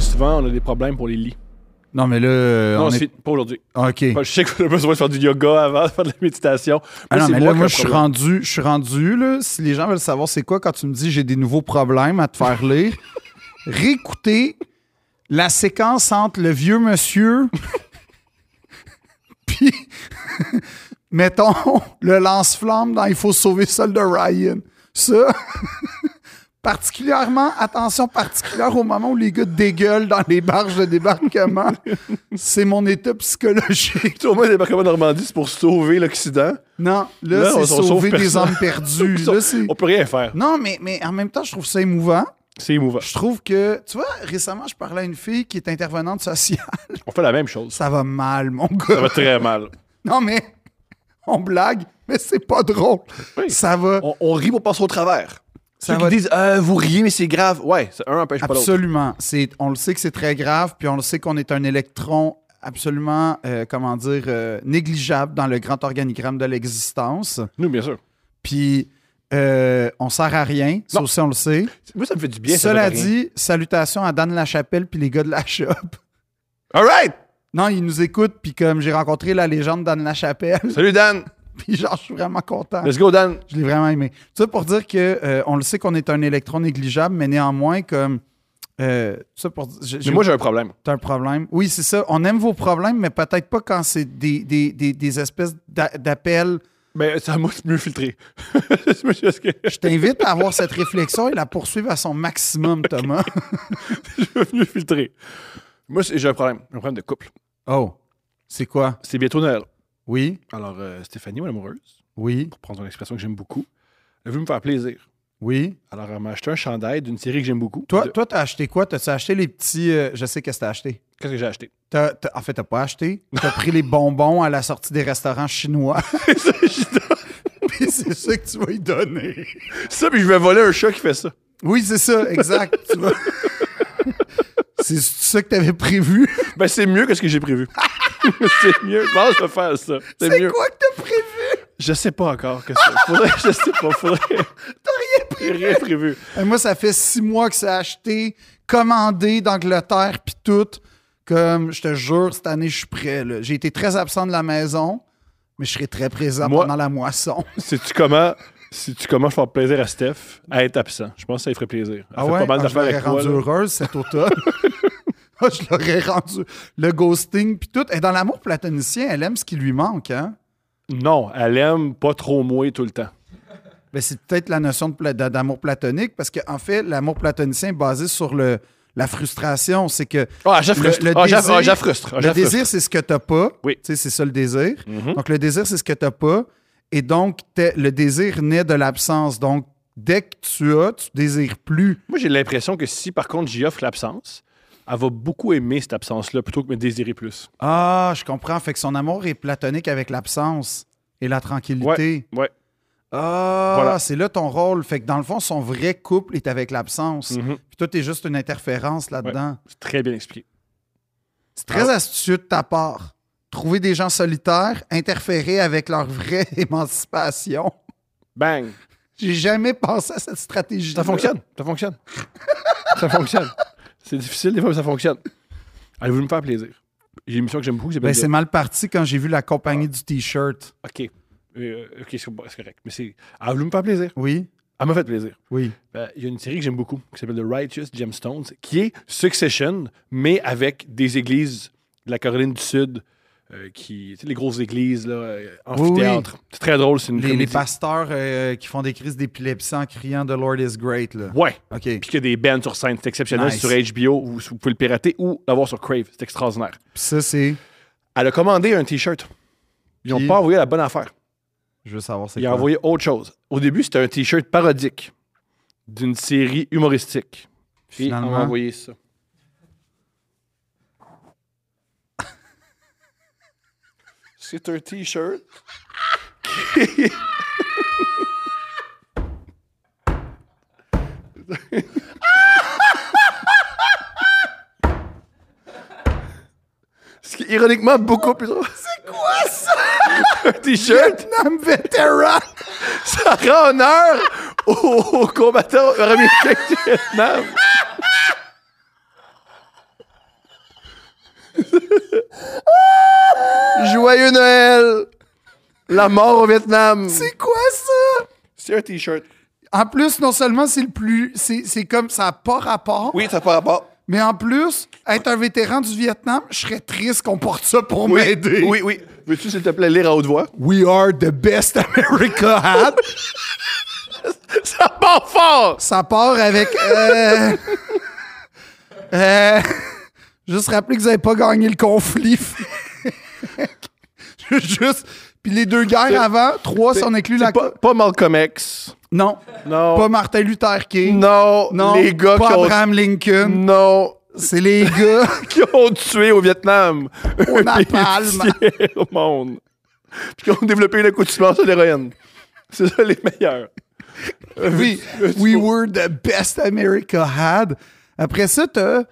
souvent, on a des problèmes pour les lits. Non, mais là, euh, non, on c'est est... Ah, pas aujourd'hui. OK. Moi, Je sais que j'ai besoin de faire du yoga avant, de faire de la méditation. Moi, Ah non, c'est mais moi là, qui ai moi, un je suis problème. rendu, je suis rendu, là, si les gens veulent savoir c'est quoi quand tu me dis j'ai des nouveaux problèmes à te faire lire, réécoutez la séquence entre le vieux monsieur puis, mettons, le lance-flamme dans Il faut sauver celle de Ryan. Ça, particulièrement, attention particulière au moment où les gars dégueulent dans les barges de débarquement, c'est mon état psychologique. Au moins, débarquement en Normandie, c'est pour sauver l'Occident. Non, là, Là, on- c'est on sauve sauver des personne. hommes perdus. On- Là, c'est- On peut rien faire. non, mais, mais en même temps, je trouve ça émouvant. C'est émouvant. Je trouve que, tu vois, récemment, je parlais à une fille qui est intervenante sociale. On fait la même chose. Ça va mal, mon Ça gars. va très mal. Non, mais on blague, mais c'est pas drôle. Oui. Ça va. On, on rit pour passer au travers. Ça Ceux va- qui disent Euh, vous riez, mais c'est grave. Ouais, c'est- un empêche pas l'autre. Absolument. C'est, on le sait que c'est très grave, puis on le sait qu'on est un électron absolument, euh, comment dire, euh, négligeable dans le grand organigramme de l'existence. Nous, bien sûr. Puis euh, on sert à rien. Ça Non. aussi, on le sait. Moi, ça me fait du bien. ça Cela fait rien. dit, salutations à Dan Lachapelle puis les gars de la shop. All right! Non, ils nous écoutent, puis comme j'ai rencontré la légende d'Anne Lachapelle, Salut, Dan. puis genre, je suis vraiment content. Let's go, Dan. Je l'ai vraiment aimé. Tout ça pour dire que euh, on le sait qu'on est un électron négligeable, mais néanmoins, comme. euh, tout ça pour dire- j'ai- Mais moi, j'ai un problème. T'as un problème. Oui, c'est ça. On aime vos problèmes, mais peut-être pas quand c'est des, des, des, des espèces d'a- d'appels. Mais Ben, ça m'a mieux filtré. Je me suis- est-ce que Je t'invite à avoir cette réflexion et la poursuivre à son maximum, Thomas. Je suis mieux filtré. Moi, c'est- j'ai un problème. Un problème de couple. Oh, c'est quoi? C'est bientôt Noël. Oui, Alors, euh, Stéphanie, mon amoureuse, oui, pour prendre une expression que j'aime beaucoup, elle veut me faire plaisir. oui. Alors, elle m'a acheté un chandail d'une série que j'aime beaucoup. Toi, De- toi t'as acheté quoi? T'as-tu acheté les petits. euh, je sais qu'est-ce que t'as acheté. Qu'est-ce que j'ai acheté? T'as- t'as- en fait, t'as pas acheté. T'as pris les bonbons à la sortie des restaurants chinois. Puis c'est ça que tu vas y donner. Ça, puis je vais voler un chat qui fait ça. Oui, c'est ça, exact. Tu vas- c'est ça que t'avais prévu. Ben, c'est mieux que ce que j'ai prévu. c'est mieux. Je pense que je vais faire ça. C'est C'est mieux. quoi que t'as prévu? Je sais pas encore. que ça. Faudrait, je sais pas. Faudrait. T'as rien J'ai prévu. rien prévu. Et moi, ça fait six mois que c'est acheté, commandé d'Angleterre, puis tout. Comme, je te jure, cette année, je suis prêt. là. J'ai été très absent de la maison, mais je serai très présent Moi- pendant la moisson. Sais-tu comment. Sais-tu comment je fais plaisir à Steph à être absent? Je pense que ça lui ferait plaisir. Elle fait pas mal Ah, je d'affaires l'aurais avec moi. rendue là. heureuse cet automne. Ah, je l'aurais rendu le ghosting puis tout. Et dans l'amour platonicien, elle aime ce qui lui manque. Hein? Non, elle aime pas trop moi tout le temps. Ben, c'est peut-être la notion de pla- d'a- d'amour platonique parce qu'en fait, l'amour platonicien est basé sur le, la frustration. C'est que Ah, le, j'affrustre. le Ah, j'aff- désir, ah, j'affrustre. Ah, le j'affrustre. désir, c'est ce que t'as pas. Oui. Tu sais, C'est ça le désir. Mhm. Donc le désir, c'est ce que t'as pas. Et donc, t'es- le désir naît de l'absence. Donc, dès que tu as, tu désires plus. Moi, j'ai l'impression que si, par contre, j'y offre l'absence, elle va beaucoup aimer cette absence-là plutôt que me désirer plus. Ah, je comprends. Fait que son amour est platonique avec l'absence et la tranquillité. Ouais. Ah, Voilà. c'est là ton rôle. Fait que dans le fond, son vrai couple est avec l'absence. Mhm. Puis toi, t'es juste une interférence là-dedans. C'est très bien expliqué. C'est Ah très astucieux de ta part. Trouver des gens solitaires, interférer avec leur vraie émancipation. Bang! J'ai jamais pensé à cette stratégie. Ça fonctionne. Ça fonctionne. ça fonctionne. C'est difficile des fois, mais ça fonctionne. Elle veut me faire plaisir. J'ai une émission que j'aime beaucoup qui Ben, s'appelle... c'est mal parti quand j'ai vu la compagnie Ah. du T-shirt. OK. Euh, OK, c'est c'est correct. Mais c'est... Elle veut me faire plaisir. Oui, Elle m'a fait plaisir. oui. Ben, Il y a une série que j'aime beaucoup qui s'appelle The Righteous Gemstones, qui est Succession, mais avec des églises de la Caroline du Sud, euh, qui, tu sais, les grosses églises, là, euh, amphithéâtre. C'est très drôle, c'est une Les, les comédie. pasteurs euh, qui font des crises d'épilepsie en criant The Lord is great. Là. Ouais. OK. Puis qu'il y a des bands sur scène, c'est exceptionnel. Nice. C'est Sur HBO, vous, vous pouvez le pirater ou l'avoir sur Crave, c'est extraordinaire. Puis ça, c'est. Elle a commandé un T-shirt. Ils n'ont Puis- pas envoyé la bonne affaire. Je veux savoir c'est Ils quoi. ont envoyé autre chose. Au début, c'était un T-shirt parodique d'une série humoristique. Puis Finalement. on m'a envoyé ça. C'est un T-shirt. qui- Ce qui est ironiquement beaucoup plus drôle. C'est quoi ça? Un T-shirt Nam Veteran! ça rend honneur aux, aux combattants américains du Vietnam. Joyeux Noël! La mort au Vietnam! C'est quoi ça? C'est un t-shirt. En plus, non seulement c'est le plus. C'est c'est comme ça n'a pas rapport, Oui, ça n'a pas rapport. mais en plus, être un vétéran du Vietnam, je serais triste qu'on porte ça pour m'aider. Oui, oui. Ben, Veux-tu, s'il te plaît, lire à haute voix? We are the best America had. Ça part fort! Ça part avec. euh, euh, juste rappeler que vous n'avez pas gagné le conflit. juste. Puis les deux guerres avant, trois si on inclut la. Pas, pas Malcolm X. Non. Non. Pas Martin Luther King. Non. Non. Les gars pas qui ont, Abraham Lincoln. non, C'est les gars. qui ont tué au Vietnam. Au Un napalm. pays tiers au monde. Puis qui ont développé une accoutumance à l'héroïne. C'est ça les meilleurs. Oui, we were the best America had. Après ça, t'as.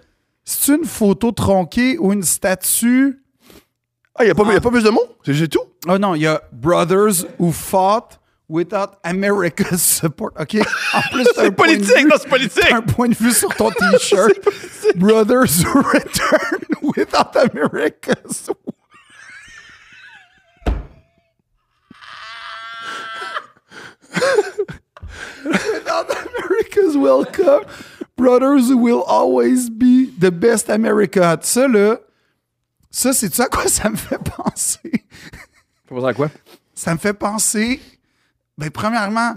C'est une photo tronquée ou une statue. Ah, il n'y a, pas- y a pas plus de mots? C'est c'est tout? Oh non, il y a Brothers who fought without America's support. OK? En plus, c'est un point de politique, vue- non, c'est politique. t'as un point de vue sur ton T-shirt. Brothers who return without America's support. without America's welcome. Brothers who will always be the best America. Ça, là, ça, c'est ça à quoi ça me fait penser. Faut penser à quoi? ça me fait penser. Ben, premièrement,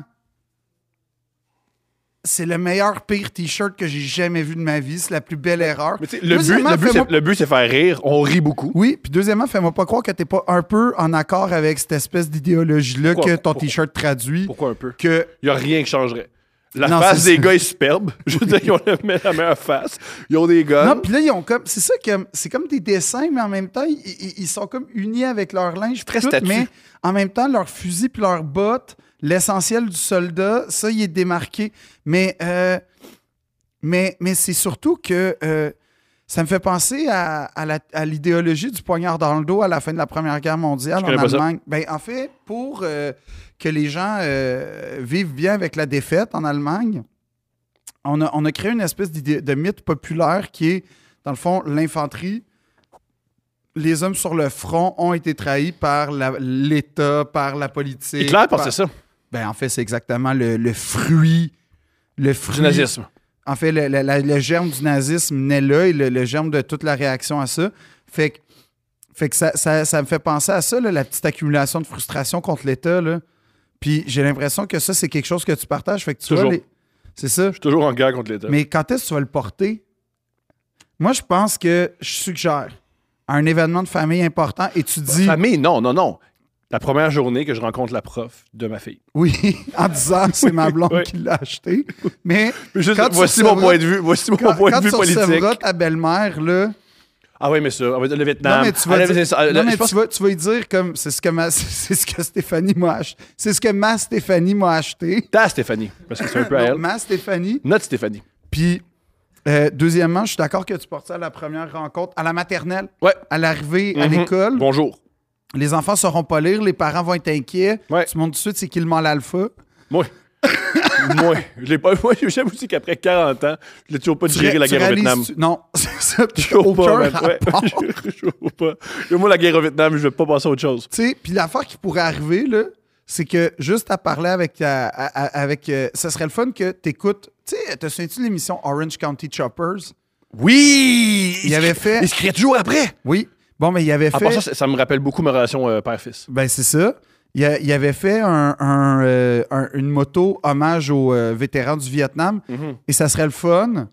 c'est le meilleur pire t-shirt que j'ai jamais vu de ma vie. C'est la plus belle erreur. Mais tu sais, le, but, Deuxièmement, le, but, fais-moi- c'est, le but, c'est faire rire. On rit beaucoup. Oui, puis deuxièmement, fais-moi pas croire que t'es pas un peu en accord avec cette espèce d'idéologie-là Pourquoi- que ton pourquoi- t-shirt traduit. Pourquoi un peu? Que Il n'y a rien qui changerait. La Non, face c'est des ça. gars est superbe. Je veux dire, ils ont la, me- la meilleure face. Ils ont des guns. Non, puis là, ils ont comme. C'est ça, que c'est comme des dessins, mais en même temps, ils, ils- ils sont comme unis avec leur linge. Très tout, statue. Mais en même temps, leur fusil puis leurs bottes, l'essentiel du soldat, ça, il est démarqué. Mais, euh, mais, mais c'est surtout que. euh, ça me fait penser à, à la- à l'idéologie du poignard dans le dos à la fin de la Première Guerre mondiale en connais pas ça. Allemagne. Ben, en fait, pour euh, que les gens euh, vivent bien avec la défaite en Allemagne, on a, on a créé une espèce d'idée- de mythe populaire qui est, dans le fond, l'infanterie. Les hommes sur le front ont été trahis par la- l'État, par la politique. Hitler par- pensait ça. Ben, en fait, c'est exactement le, le fruit. Le fruit Du nazisme. en fait, le, le- la- le germe du nazisme naît là et le, le germe de toute la réaction à ça. Fait que, fait que ça, ça- ça me fait penser à ça, là, la petite accumulation de frustration contre l'État. là. Puis j'ai l'impression que ça, c'est quelque chose que tu partages. Fait que tu vois, Toujours. les- c'est ça. Je suis toujours en guerre contre l'État. Mais quand est-ce que tu vas le porter? Moi, je pense que je suggère un événement de famille important et tu dis Famille, non, non, non. La première journée que je rencontre la prof de ma fille. oui en disant c'est ma blonde oui. qui l'a acheté. Mais Juste, Quand tu voici mon recevras- point de vue. Voici mon quand, point quand de vue tu recevras politique. ta belle-mère, là, Ah oui, mais ça, on va dire le Vietnam. Non, mais tu vas, Ah, dire- c'est ça. non, Là, mais je pense tu, vas, tu vas y dire comme c'est ce que ma, c'est ce que Stéphanie m'a acheté. C'est ce que ma Stéphanie m'a acheté. que ta Stéphanie, parce que c'est un peu à Non, elle. ma Stéphanie. Notre Stéphanie. Puis, euh, deuxièmement, je suis d'accord que tu portes ça à la première rencontre, à la maternelle, Ouais. à l'arrivée à Mhm. l'école. Bonjour. Les enfants ne sauront pas lire, les parents vont être inquiets. Ouais. Tu montres tout de suite c'est qui le mal alpha. Moi. Moi. Je l'ai pas. Moi, j'aime aussi qu'après 40 ans, je l'ai toujours pas digéré Tu- la tu guerre au réalises- Vietnam. tu- Non, c'est ça. Je trouve pas, aucun man. Ouais. rapport. Je trouve pas. Et Moi, la guerre au Vietnam, je vais pas passer à autre chose. Tu sais, puis l'affaire qui pourrait arriver, là, c'est que juste à parler avec. ta- à- à- avec euh, ça serait le fun que t'écoutes. Tu sais, t'as souviens-tu de l'émission Orange County Choppers? Oui! Il avait fait. se crée toujours après! Oui. Bon, mais il avait À fait. part ça, ça, ça me rappelle beaucoup ma relation euh, père-fils. Ben, c'est ça. Il, a- il avait fait un, un, euh, un- une moto hommage aux euh, vétérans du Vietnam. Mhm. Et ça serait le fun.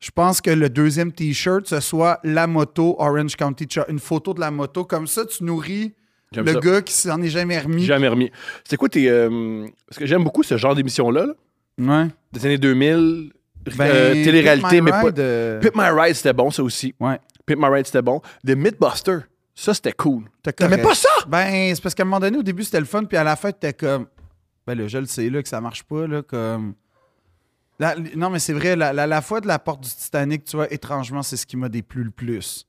Je pense que le deuxième T-shirt, ce soit la moto Orange County Cho- Une photo de la moto. Comme ça, tu nourris J'aime le ça. gars qui s'en est jamais remis. Jamais remis. C'est quoi tes. euh, parce que j'aime beaucoup ce genre d'émission-là, là, Ouais. des années 2000, Ben, euh, télé-réalité, Pimp My mais pas. Ride, euh, Pip My Ride, c'était bon, ça aussi. Ouais. Pip My Ride, c'était bon. The Mythbusters, ça, c'était cool. T'as T'aimais correct. pas ça? Ben, c'est parce qu'à un moment donné, au début, c'était le fun, puis à la fin, t'étais comme. Ben là, je le sais, là, que ça marche pas, là, comme. La- non, mais c'est vrai, la, la, la fois de la porte du Titanic, tu vois, étrangement, c'est ce qui m'a déplu le plus.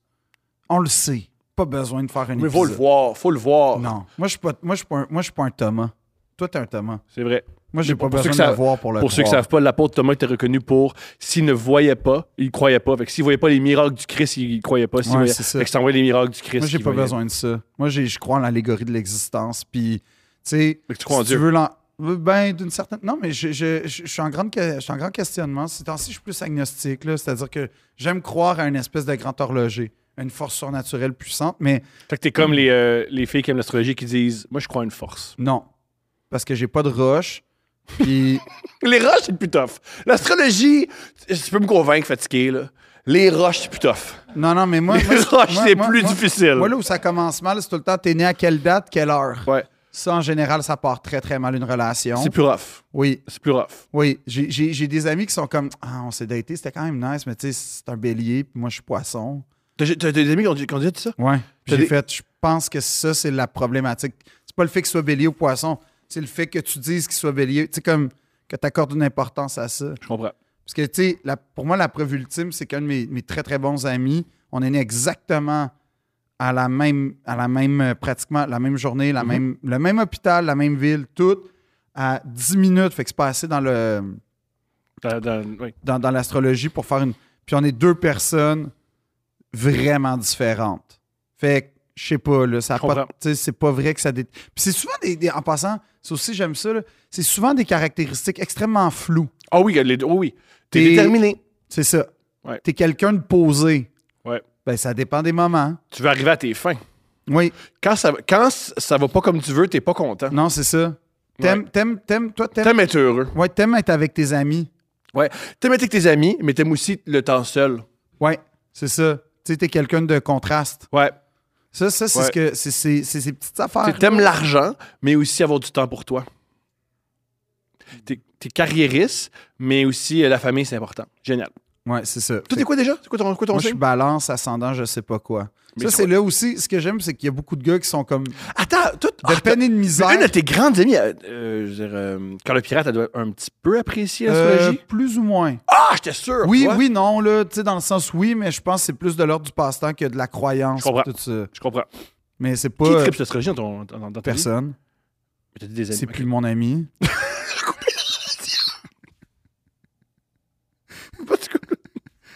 On le sait. Pas besoin de faire un Mais épisode. faut le voir, faut le voir. Non. Moi, je suis pas, moi, je suis pas, un- moi, je suis pas un Thomas. Toi, t'es un Thomas. C'est vrai. Moi, j'ai Mais pas pour ceux besoin qui de la savent- voir pour le Pour ceux qui ne croire. savent pas, l'apôtre Thomas était reconnu pour s'il ne voyait pas, il ne croyait pas. Fait que s'il ne voyait pas les miracles du Christ, il ne croyait pas. S'il Ouais, voyait... c'est ça. Fait que c'est envoyé les miracles du Christ. Moi, j'ai qu'il pas voyait. besoin de ça. Moi, j'ai- je crois en l'allégorie de l'existence. Puis, tu sais, Fait que tu crois en si tu Dieu. veux l'en- Ben, d'une certaine. Non, mais je, je- je- je suis en, grande que- je suis en grand questionnement. Ces temps-ci, je suis plus agnostique. là. C'est-à-dire que j'aime croire à une espèce de grand horloger, à une force surnaturelle puissante, mais Fait que t'es comme les, euh, les filles qui aiment l'astrologie qui disent Moi, je crois en une force. non. Parce que j'ai pas de roche. Puis, Les roches, c'est le plus tough. L'astrologie, tu peux me convaincre, fatigué, là. Les roches, c'est plus tough. non, non, mais moi. Les moi, roches, moi- c'est moi- plus moi- difficile. Moi, là où ça commence mal, c'est tout le temps, t'es né à quelle date, quelle heure. Ouais. Ça, en général, ça part très, très mal une relation. C'est plus rough. Oui. C'est plus rough. Oui, j'ai- j'ai j'ai des amis qui sont comme Ah, on s'est daté, c'était quand même nice, mais tu sais, c'est un bélier, puis moi, je suis poisson. T'as t'as des amis qui ont dit, qui ont dit ça? Ouais. T'as J'ai des- fait, je pense que ça, c'est la problématique. C'est pas le fait que soit bélier ou poisson, c'est le fait que tu dises qu'il soit bélier. Tu sais, comme que tu accordes une importance à ça. Je comprends. Parce que, tu sais, la- pour moi, la preuve ultime, c'est qu'un de mes, mes très, très bons amis, on est né exactement à la même, à la même euh, pratiquement la même journée, la Mhm. même, le même hôpital, la même ville, tout, à 10 minutes. Fait que c'est passé dans le Dans- dans- oui. dans, dans l'astrologie pour faire une. Puis on est deux personnes vraiment différentes. Fait que, je sais pas, là, ça a Je pas. comprends. tu sais, C'est pas vrai que ça. dé- Puis c'est souvent des, des- En passant, c'est aussi, j'aime ça, là, c'est souvent des caractéristiques extrêmement floues. Ah oui, les, oh oui. T'es T'es- déterminé. C'est ça. Ouais. T'es quelqu'un de posé. Ouais. Ben, ça dépend des moments. Tu veux arriver à tes fins. Oui. Quand ça, quand ça va pas comme tu veux, t'es pas content. Non, c'est ça. T'aimes, t'aimes, t'aimes, toi, t'aimes. T'aimes être heureux. Ouais, t'aimes être avec tes amis. Ouais. T'aimes être avec tes amis, mais t'aimes aussi le temps seul. Ouais, c'est ça. Tu sais, t'es quelqu'un de contraste. Ouais. Ça, ça, c'est Ouais. ce que. C'est, c'est- c'est ces petites affaires. Tu T'aimes l'argent, mais aussi avoir du temps pour toi. T'es t'es carriériste, mais aussi euh, la famille, c'est important. Génial. Ouais, c'est ça. Toi, t'es quoi déjà? C'est quoi ton, quoi ton Moi, je suis signe? balance, ascendant, je sais pas quoi. Mais ça, tu c'est là aussi, ce que j'aime, c'est qu'il y a beaucoup de gars qui sont comme de Attends, toi, ah, t'as- peine et de misère. une de tes grandes amies, euh, euh, je veux dire, euh, quand le pirate, elle doit un petit peu apprécier Euh, l'astrologie. plus ou moins. Ah, j'étais sûr! Oui, toi. oui, non, là, tu sais, dans le sens oui, mais je pense que c'est plus de l'ordre du passe-temps que de la croyance. Je comprends. Tout ça. Je comprends. Mais c'est Qui pas tripe l'astrologie dans, ton- dans, dans ta vie? personne. Mais t'as dit des amis. C'est ok. plus mon ami.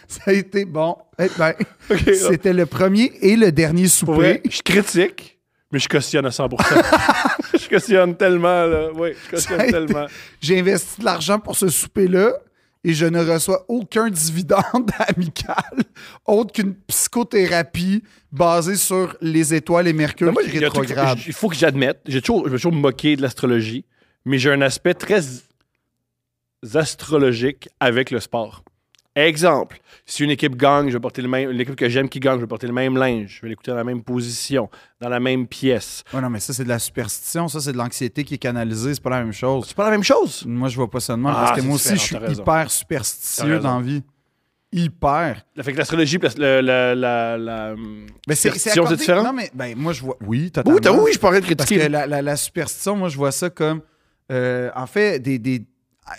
Ça a été bon. Eh ben, Ok, là, c'était le premier et le dernier pour souper. vrai, je critique, mais je cautionne à 100 Je cautionne tellement, là. Oui, je Ça a cautionne été- tellement. J'ai investi de l'argent pour ce souper-là et je ne reçois aucun dividende amical autre qu'une psychothérapie basée sur les étoiles et Mercure Non, moi, il y a un truc- rétrograde. j- Il faut que j'admette, j'ai toujours, je me suis toujours moqué de l'astrologie, mais j'ai un aspect très astrologique avec le sport. Exemple, si une équipe gagne, je vais porter le même, une équipe que j'aime qui gagne, je vais porter le même linge, je vais l'écouter dans la même position, dans la même pièce. Ouais, non, mais ça, c'est de la superstition. Ça, c'est de l'anxiété qui est canalisée. C'est pas la même chose. C'est pas la même chose. Moi, je vois pas ça de même Ah, parce que c'est moi aussi, différent, je suis t'as raison. hyper T'as superstitieux raison. dans la vie. Hyper. Fait que l'astrologie, puis la, la, la, la- Mais c'est Superstition, accordé- c'est différent? Non, mais ben, moi, je vois. Oui, totalement. Oui, t'as- oui, je parlais de Parce que critiquer. la, la- la superstition, moi, je vois ça comme. euh, en fait, des. des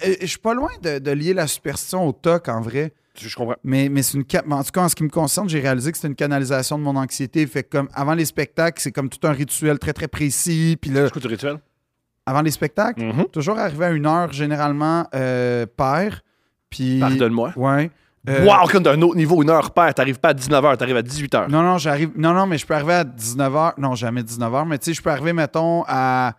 euh, je suis pas loin de, de lier la superstition au toc, en vrai. Je je comprends. Mais, mais c'est une. cap- En tout cas, en ce qui me concerne, j'ai réalisé que c'était une canalisation de mon anxiété. Fait que comme avant les spectacles, c'est comme tout un rituel très, très précis. Puis là, C'est quoi ton rituel? avant les spectacles, Mhm. toujours arrivé à une heure, généralement, euh, pair. Puis. Pardonne-moi. Ouais. Euh, Wow, comme d'un autre niveau, une heure paire, t'arrives pas à 19h, t'arrives à 18h. Non, non, j'arrive. Non, non, mais je peux arriver à 19h. Non, jamais 19h, mais tu sais, je peux arriver, mettons, à.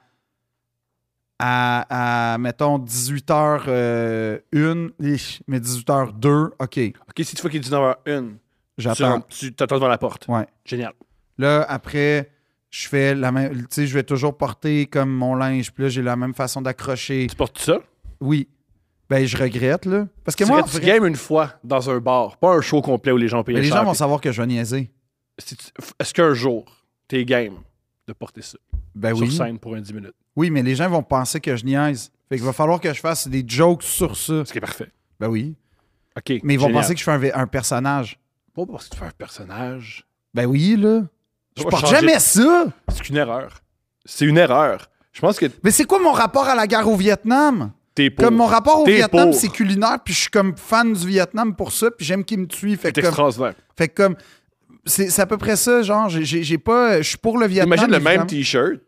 À, à, mettons, 18h1, mais 18h2, OK, Ok, si tu fais qu'il est 19h01, tu j'attends. rentres- tu t'attends devant la porte. Ouais. Génial. Là, après, je fais la même. Tu sais, je vais toujours porter comme mon linge, puis là, j'ai la même façon d'accrocher. Tu portes ça? Oui. Ben, je regrette, là. Parce que Tu moi, en ferais du vrai, game une fois dans un bar, pas un show complet où les gens payent mais les cher. gens vont savoir que je vais niaiser. Si tu- f- Est-ce qu'un jour, t'es game de porter ça Ben sur oui. scène pour un 10 minutes? Oui, mais les gens vont penser que je niaise. Fait qu'il va falloir que je fasse des jokes sur ça. Ce qui est parfait. Ben oui. OK. Mais ils vont génial. penser que je suis un, vé- un personnage. Pas parce que tu fais un personnage. Ben oui, là. Ça Je va porte changer. jamais ça. C'est une erreur. C'est une erreur. Je pense que Mais c'est quoi mon rapport à la guerre au Vietnam? t'es pour. Comme mon rapport au T'es Vietnam, pour. c'est culinaire, puis je suis comme fan du Vietnam pour ça, puis j'aime qu'il me tue. Fait T'es que comme, extraordinaire. fait que comme c'est c'est à peu près ça, genre, j'ai- j'ai j'ai pas. Je suis pour le Vietnam. Imagine le évidemment, même t-shirt.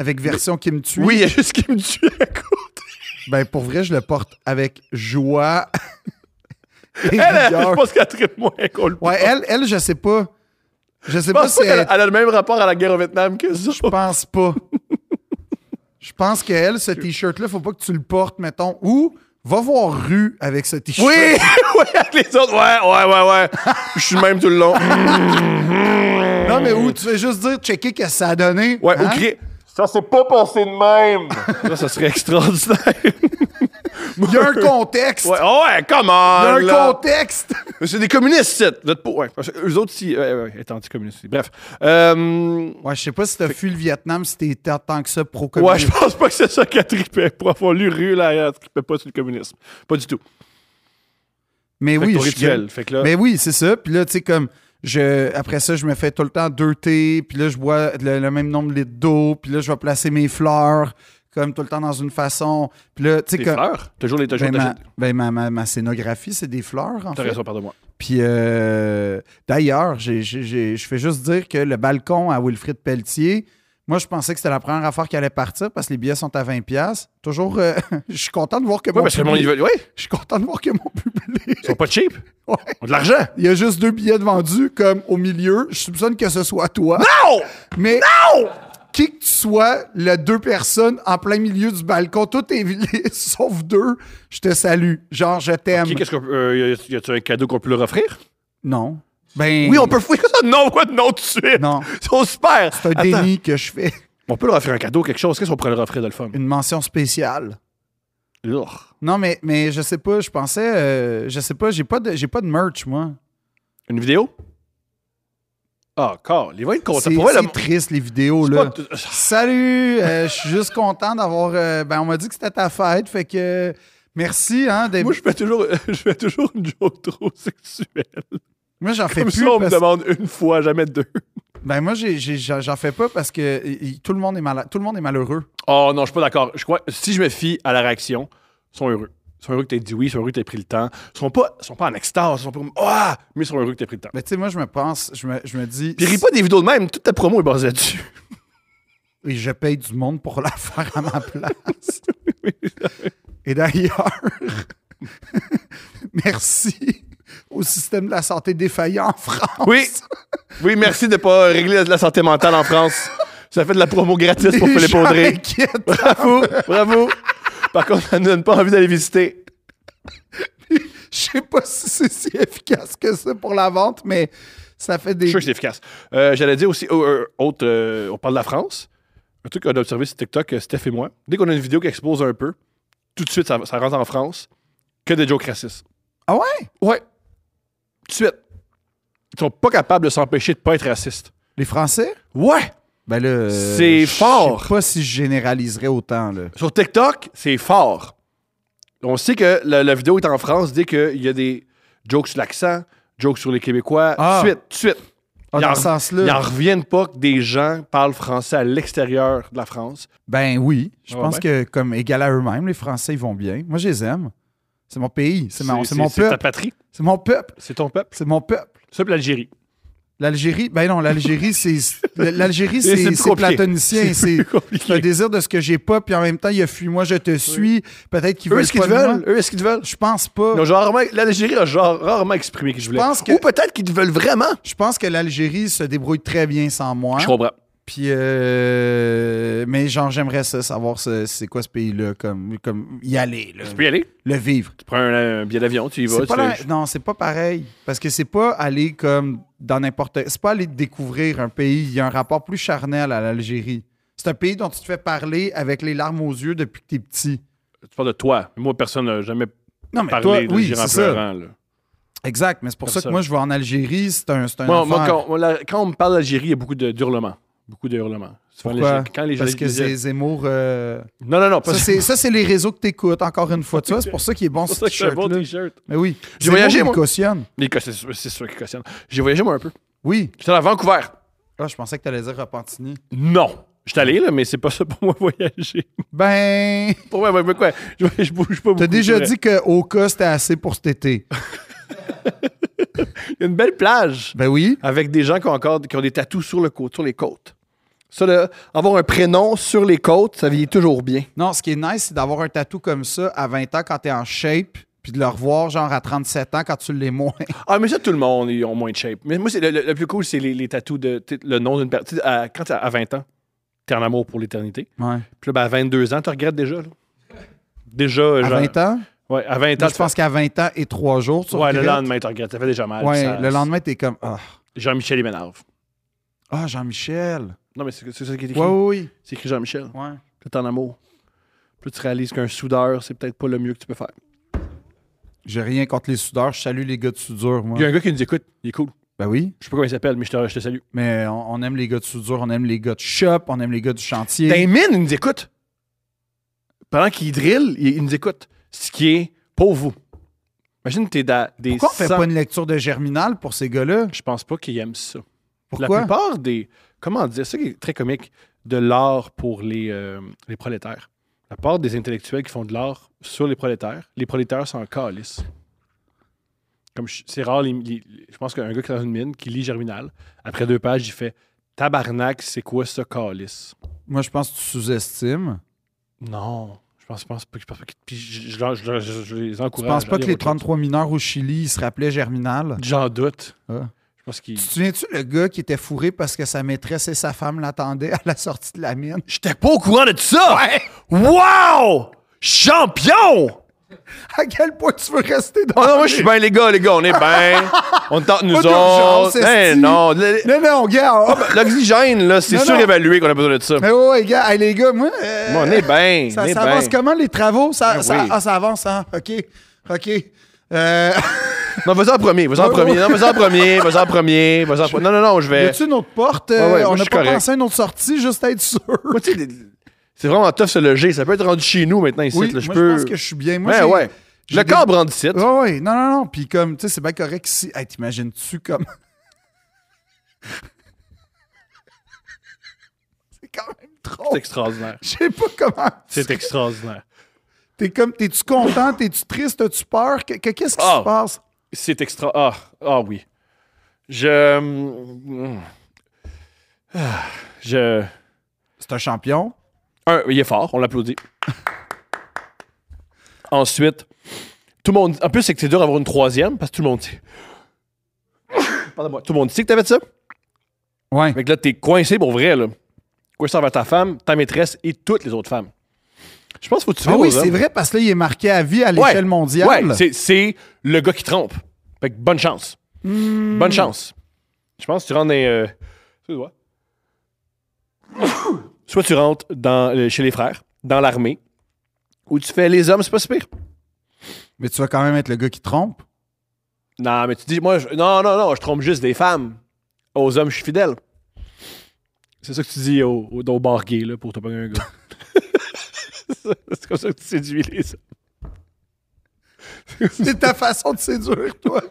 Avec version qui me tue. Oui, il y a juste qui me tue à côté. Ben, pour vrai, je le porte avec joie. et Elle, elle, vigueur. je pense qu'elle traite moins qu'on le Ouais, elle, elle, je sais pas. Je sais Je pas pense si pas qu'elle elle a- elle a le même rapport à la guerre au Vietnam que ça. Je pense pas. Je pense qu'elle, ce t-shirt-là, faut pas que tu le portes, mettons. Ou va voir rue avec ce t-shirt. Oui, oui, avec les autres. Ouais, ouais, ouais, ouais. Je suis le même tout le long. Non, mais où tu veux juste dire checker qu'est-ce que ça a donné. Ouais, hein? ou crier. Ça, c'est pas passé de même. Ça, ça serait extraordinaire. Il y a un contexte. Ouais, oh ouais, come Il y a on. un là. contexte. C'est des communistes, c'est. Vous êtes pour. Ouais, parce que eux autres, si. Ouais, ouais, étant communistes aussi. Bref. Euh, Ouais, je sais pas si t'as fui le Vietnam, si t'es tant que ça pro ouais, je pense pas que c'est ça qu'elle tripait. Pour avoir lu Rue, là, elle tripait pas sur le communisme. Pas du tout. Mais Fait que oui, ton je suis- rituel. Fait que là. Mais oui, c'est ça. Puis là, tu sais, comme, je, après ça, je me fais tout le temps deux thés, puis là, je bois le, le même nombre de litres d'eau, puis là, je vais placer mes fleurs, comme tout le temps dans une façon. Puis là, tu sais, Tes comme. fleurs. Toujours les toujours Ben, ma, t'achètes- ben, ma, ma- ma scénographie, c'est des fleurs, en T'as fait. raison, pardonne-moi. Puis euh, d'ailleurs, j'ai- j'ai- j'ai- je fais juste dire que le balcon à Wilfrid Pelletier, moi, je pensais que c'était la première affaire qui allait partir parce que les billets sont à 20$. piastres. Toujours, euh, je suis content de voir que Ouais, mon parce que le monde, ils public- veulent. Ouais, je suis content de voir que mon public ils sont pas cheap. Ouais. Ils ont de l'argent. il y a juste deux billets de vendus, comme au milieu. Je soupçonne que ce soit toi. Oh! Mais qui que tu sois, les deux personnes en plein milieu du balcon, tout est vilé, sauf deux, je te salue. Genre, je t'aime. Ok, qu'est-ce qu'on peut- euh, y a- y a-tu un cadeau qu'on peut leur offrir? Non. Ben, Oui, on peut fouiller ça. Non, quoi, non, tout de suite. Non. C'est super. c'est un déni que je fais. On peut leur offrir un cadeau, quelque chose. Qu'est-ce qu'on pourrait leur offrir de le fun? Une mention spéciale. Urgh. Non, mais, mais je sais pas, je pensais, euh, je sais pas, j'ai pas de, j'ai pas de merch, moi. Une vidéo? Ah, encore. Ils vont être contents. C'est Pour vrai, c'est le- triste, les vidéos, c'est là. pas- Salut, euh, je suis juste content d'avoir. euh, ben, on m'a dit que c'était ta fête, fait que euh, merci, hein. des- Moi, je fais toujours, je fais toujours une joke trop sexuelle. moi, j'en fais Comme plus. ça, on me parce- demande une fois, jamais deux. Ben, moi, j'ai- j'ai- j'en j'en fais pas parce que y- y- tout le monde est malade, tout le monde est malheureux. Oh non, je suis pas d'accord. Je crois, si je me fie à la réaction, ils sont heureux. Ils sont heureux que t'aies dit oui, ils sont heureux que t'aies pris le temps. Ils sont pas, ils sont pas en extase, ils sont pas comme Ah! Mais ils sont heureux que t'aies pris le temps. Mais tu sais, moi, je me pense, je me, je me dis. Puis ris pas des vidéos de même, toute ta promo est basée là-dessus. Et je paye du monde pour la faire à ma place. Et d'ailleurs, merci au système de la santé défaillant en France. Oui. Oui, merci de pas régler la santé mentale en France. Ça fait de la promo gratis pour Les Philippe gens Audrey. inquiétants. Bravo, bravo. Par contre, ça ne donne pas envie d'aller visiter. Je sais pas si c'est si efficace que ça pour la vente, mais ça fait Je suis des. sûr que c'est efficace. Euh, J'allais dire aussi, oh, euh, autre, euh, on parle de la France. Un truc qu'on a observé sur TikTok, euh, Steph et moi. Dès qu'on a une vidéo qui expose un peu, tout de suite, ça, ça rentre en France. Que des jokes racistes. Ah ouais? Ouais. Tout de suite. Ils sont pas capables de s'empêcher de pas être racistes. Les Français? Ouais! Ben là. euh, C'est Je fort. sais pas si je généraliserais autant, là. Sur TikTok, c'est fort. On sait que la, la vidéo est en France dès qu'il y a des jokes sur l'accent, jokes sur les Québécois. Ah. Suite, suite. Ah, Ils dans en- ce sens-là. Ils n'en reviennent pas que des gens parlent français à l'extérieur de la France. Ben oui. Je Ah pense ouais. que, comme égal à eux-mêmes, les Français, ils vont bien. Moi, je les aime. C'est mon pays. C'est ma- c'est mon C'est ta peuple. patrie. C'est mon peuple. C'est ton peuple. C'est mon peuple. C'est l'Algérie. L'Algérie, ben non, l'Algérie, c'est l'Algérie, C'est c'est plus c'est compliqué. platonicien. C'est plus compliqué. c'est un désir de ce que j'ai pas, puis en même temps, il y a fuis-moi, je te suis. Peut-être qu'ils Eux, veulent est-ce qu'ils pas te de moi. veulent? Eux, est-ce qu'ils te veulent? Je pense pas. Ils ont genre rarement- L'Algérie a genre rarement exprimé qu'ils voulaient. pense que- Ou peut-être qu'ils te veulent vraiment. Je pense que l'Algérie se débrouille très bien sans moi. Je comprends. Puis, euh, mais genre, j'aimerais ça, savoir ce- c'est quoi ce pays-là, comme, comme y aller, là, Tu peux y aller. le vivre. Tu prends un, un billet d'avion, tu y vas. C'est tu pas fais- la- non, c'est pas pareil. Parce que c'est pas aller comme dans n'importe. C'est pas aller découvrir un pays. Il y a un rapport plus charnel à l'Algérie. C'est un pays dont tu te fais parler avec les larmes aux yeux depuis que t'es petit. Tu parles de toi. Moi, personne n'a jamais Non, mais toi, parlé de oui, l'Algérie en c'est ça. pleurant. là. Exact, mais c'est pour ça, que Personne. moi, je vais en Algérie. C'est un, c'est un Moi, moi, enfer. quand, on- la- quand on me parle d'Algérie, il y a beaucoup de- d'hurlements. Beaucoup de hurlements. Souvent, les Pourquoi? gens- quand les gens Parce que les- c'est Zemmour. euh, Non, non, non. Ça, Pas c'est, ça, c'est les réseaux que t'écoutes, encore une fois. Tu vois, c'est pour ça qu'il est bon c'est ce pour ça que c'est un t-shirt. bon là. t-shirt. Mais oui. J'ai C'est voyagé, moi qui moi. le cautionne. Les Écossais, C'est c'est sûr qu'ils cautionnent. J'ai voyagé, moi, un peu. Oui. J'étais allé à Vancouver. Ah, je pensais que t'allais dire Repentini. Non. J'étais allé, là, mais c'est pas ça pour moi, voyager. Ben, Pour moi, moi, quoi? Je, je bouge pas beaucoup. t'as déjà c'est vrai. dit qu'au cas, c'était assez pour cet été. Il y a une belle plage Ben oui. Ben avec des gens qui ont encore qui ont des tatous sur, le côte, sur les côtes. Ça, là, avoir un prénom sur les côtes, ça vieillit toujours bien. Non, ce qui est nice, c'est d'avoir un tatou comme ça à 20 ans quand t'es en shape, puis de le revoir genre à 37 ans quand tu l'es moins. Ah, mais ça, tout le monde, ils ont moins de shape. Mais moi, c'est le, le- le plus cool, c'est les, les tatous de t'sais, le nom d'une personne. Quand t'es à 20 ans, t'es en amour pour l'éternité. Ouais. Puis là, ben, à 22 ans, tu regrettes déjà. là. Déjà, euh, À genre. 20 ans? Ouais, à 20 ans. Moi, je tu pense qu'à 20 ans et 3 jours, tu fais- Ouais, le regrettes. lendemain, tu regrettes. Ça fait déjà mal. Ouais, ça- le lendemain, t'es comme Ah, Jean-Michel, il m'énerve. Ah, Jean-Michel. Non, mais c'est c'est ça qui est écrit. Ouais, oui, C'est écrit Jean-Michel. oui. Ouais. Puis t'es en amour. Puis là, tu réalises qu'un soudeur, c'est peut-être pas le mieux que tu peux faire. J'ai rien contre les soudeurs. Je salue les gars de soudure, moi. Il y a un gars qui nous écoute. Il est cool. Ben oui. Je sais pas comment il s'appelle, mais je te, je te salue. Mais on, on aime les gars de soudure, on aime les gars de shop, on aime les gars du chantier. Damien, il nous écoute. Pendant qu'il drille, il, il nous écoute. Ce qui est pour vous. Imagine que t'es dans des. Pourquoi on fait 100 pas une lecture de Germinal pour ces gars-là? Je pense pas qu'il aime ça. Pourquoi? La plupart des. Comment dire? C'est ça qui est très comique de l'art pour les, euh, les prolétaires. La plupart des intellectuels qui font de l'art sur les prolétaires, les prolétaires sont en calice. Comme je- c'est rare, les- les- les- je pense qu'un gars qui est dans une mine, qui lit Germinal, après deux pages, il fait Tabarnak, c'est quoi ce calice? Moi, je pense que tu sous-estimes. Non, je pense, je pense pas. Je pense pas que- puis je, je leur- je leur- je- je les Tu encourage. penses pas à que lire les autre chose. 33 mineurs au Chili, ils se rappelaient Germinal? J'en doute. Ah. Je pense qu'ils. Tu te souviens-tu le gars qui était fourré parce que sa maîtresse et sa femme l'attendaient à la sortie de la mine? J'étais pas au courant de ça! Wow! Champion! À quel point tu veux rester dans Oh non, moi, je suis bien, les gars, les gars, on est bien. on tente nous Ah, Pas d'urgence, autres. esti. Eh non, le- Non, non, gars! oh, ben- l'oxygène, là, c'est Non, non. surévalué qu'on a besoin de ça. Mais ouais, ouais, gars, hey, les gars, moi. euh, Moi, on est bien. ça, on est ça avance bien. comment les travaux? Ça, Ben ça- oui. Ah, ça avance, hein? OK. OK. Euh, Non, vas-y en premier, vas-y en Ouais, premier. Non, vas-y en premier, vas-y en premier, vas-y en premier. Non, non, non, je y vais. a-tu une autre porte? Ben, ouais, Euh, moi, on je n'a suis pas correct. pensé à une autre sortie, juste être sûr. Moi, tu sais, les- c'est vraiment tough se loger. Ça peut être rendu chez nous maintenant ici. Oui, là, moi, je je peux. pense que je suis bien. Moi, ouais, j'ai- ouais. j'ai Le des- Oh! corps rendu ici. Ouais, ouais. Non, non, non. Puis comme, tu sais, c'est bien correct si. Hey, t'imagines-tu comme. c'est quand même C'est trop. extraordinaire. Je sais pas comment. C'est extraordinaire. T'es comme, t'es-tu content? T'es-tu triste? T'as-tu peur? Que- que- Qu'est-ce qui Oh. se passe? C'est extra. Ah, ah oui. Je. hmm, mm, ah, Je. C'est un champion. Un, il est fort, on l'applaudit. Ensuite, tout le monde. En plus, c'est que c'est dur d'avoir une troisième parce que tout le monde dit. Pardonne-moi. Tout le monde sait que t'avais de ça. Ouais. Fait que là, t'es coincé pour vrai, là. Coincé envers ta femme, ta maîtresse et toutes les autres femmes. Je pense qu'il faut que tu Ah oui, c'est vrai, parce que là, il est marqué à vie à l'échelle mondiale. Ouais, c'est, c'est le gars qui trompe. Fait que bonne chance. Hmm. Bonne chance. Je pense que tu rentres dans. les, euh, excuse-moi. Soit tu rentres dans, euh, chez les frères, dans l'armée, ou tu fais les hommes, c'est pas si pire. Mais tu vas quand même être le gars qui trompe. Non, mais tu dis, moi, je- non, non, non, je trompe juste des femmes. Aux hommes, je suis fidèle. C'est ça que tu dis au, au, au bar gay, là, pour te pogner un gars. c'est comme ça que tu séduis les hommes. C'est ta façon de séduire, toi.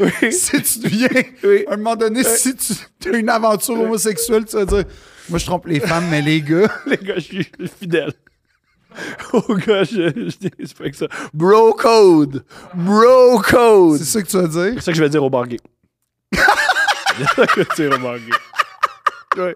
Oui. Si tu deviens, Oui. à un moment donné, si tu as une aventure homosexuelle, tu vas dire Moi, je trompe les femmes, mais les gars. Les gars, je suis fidèle. Au gars, je, je disrespecte ça. Bro code. Bro code. C'est ça que tu vas dire. C'est ça que je vais dire au bar gay. C'est ça que je vais dire au bar gay. Ouais.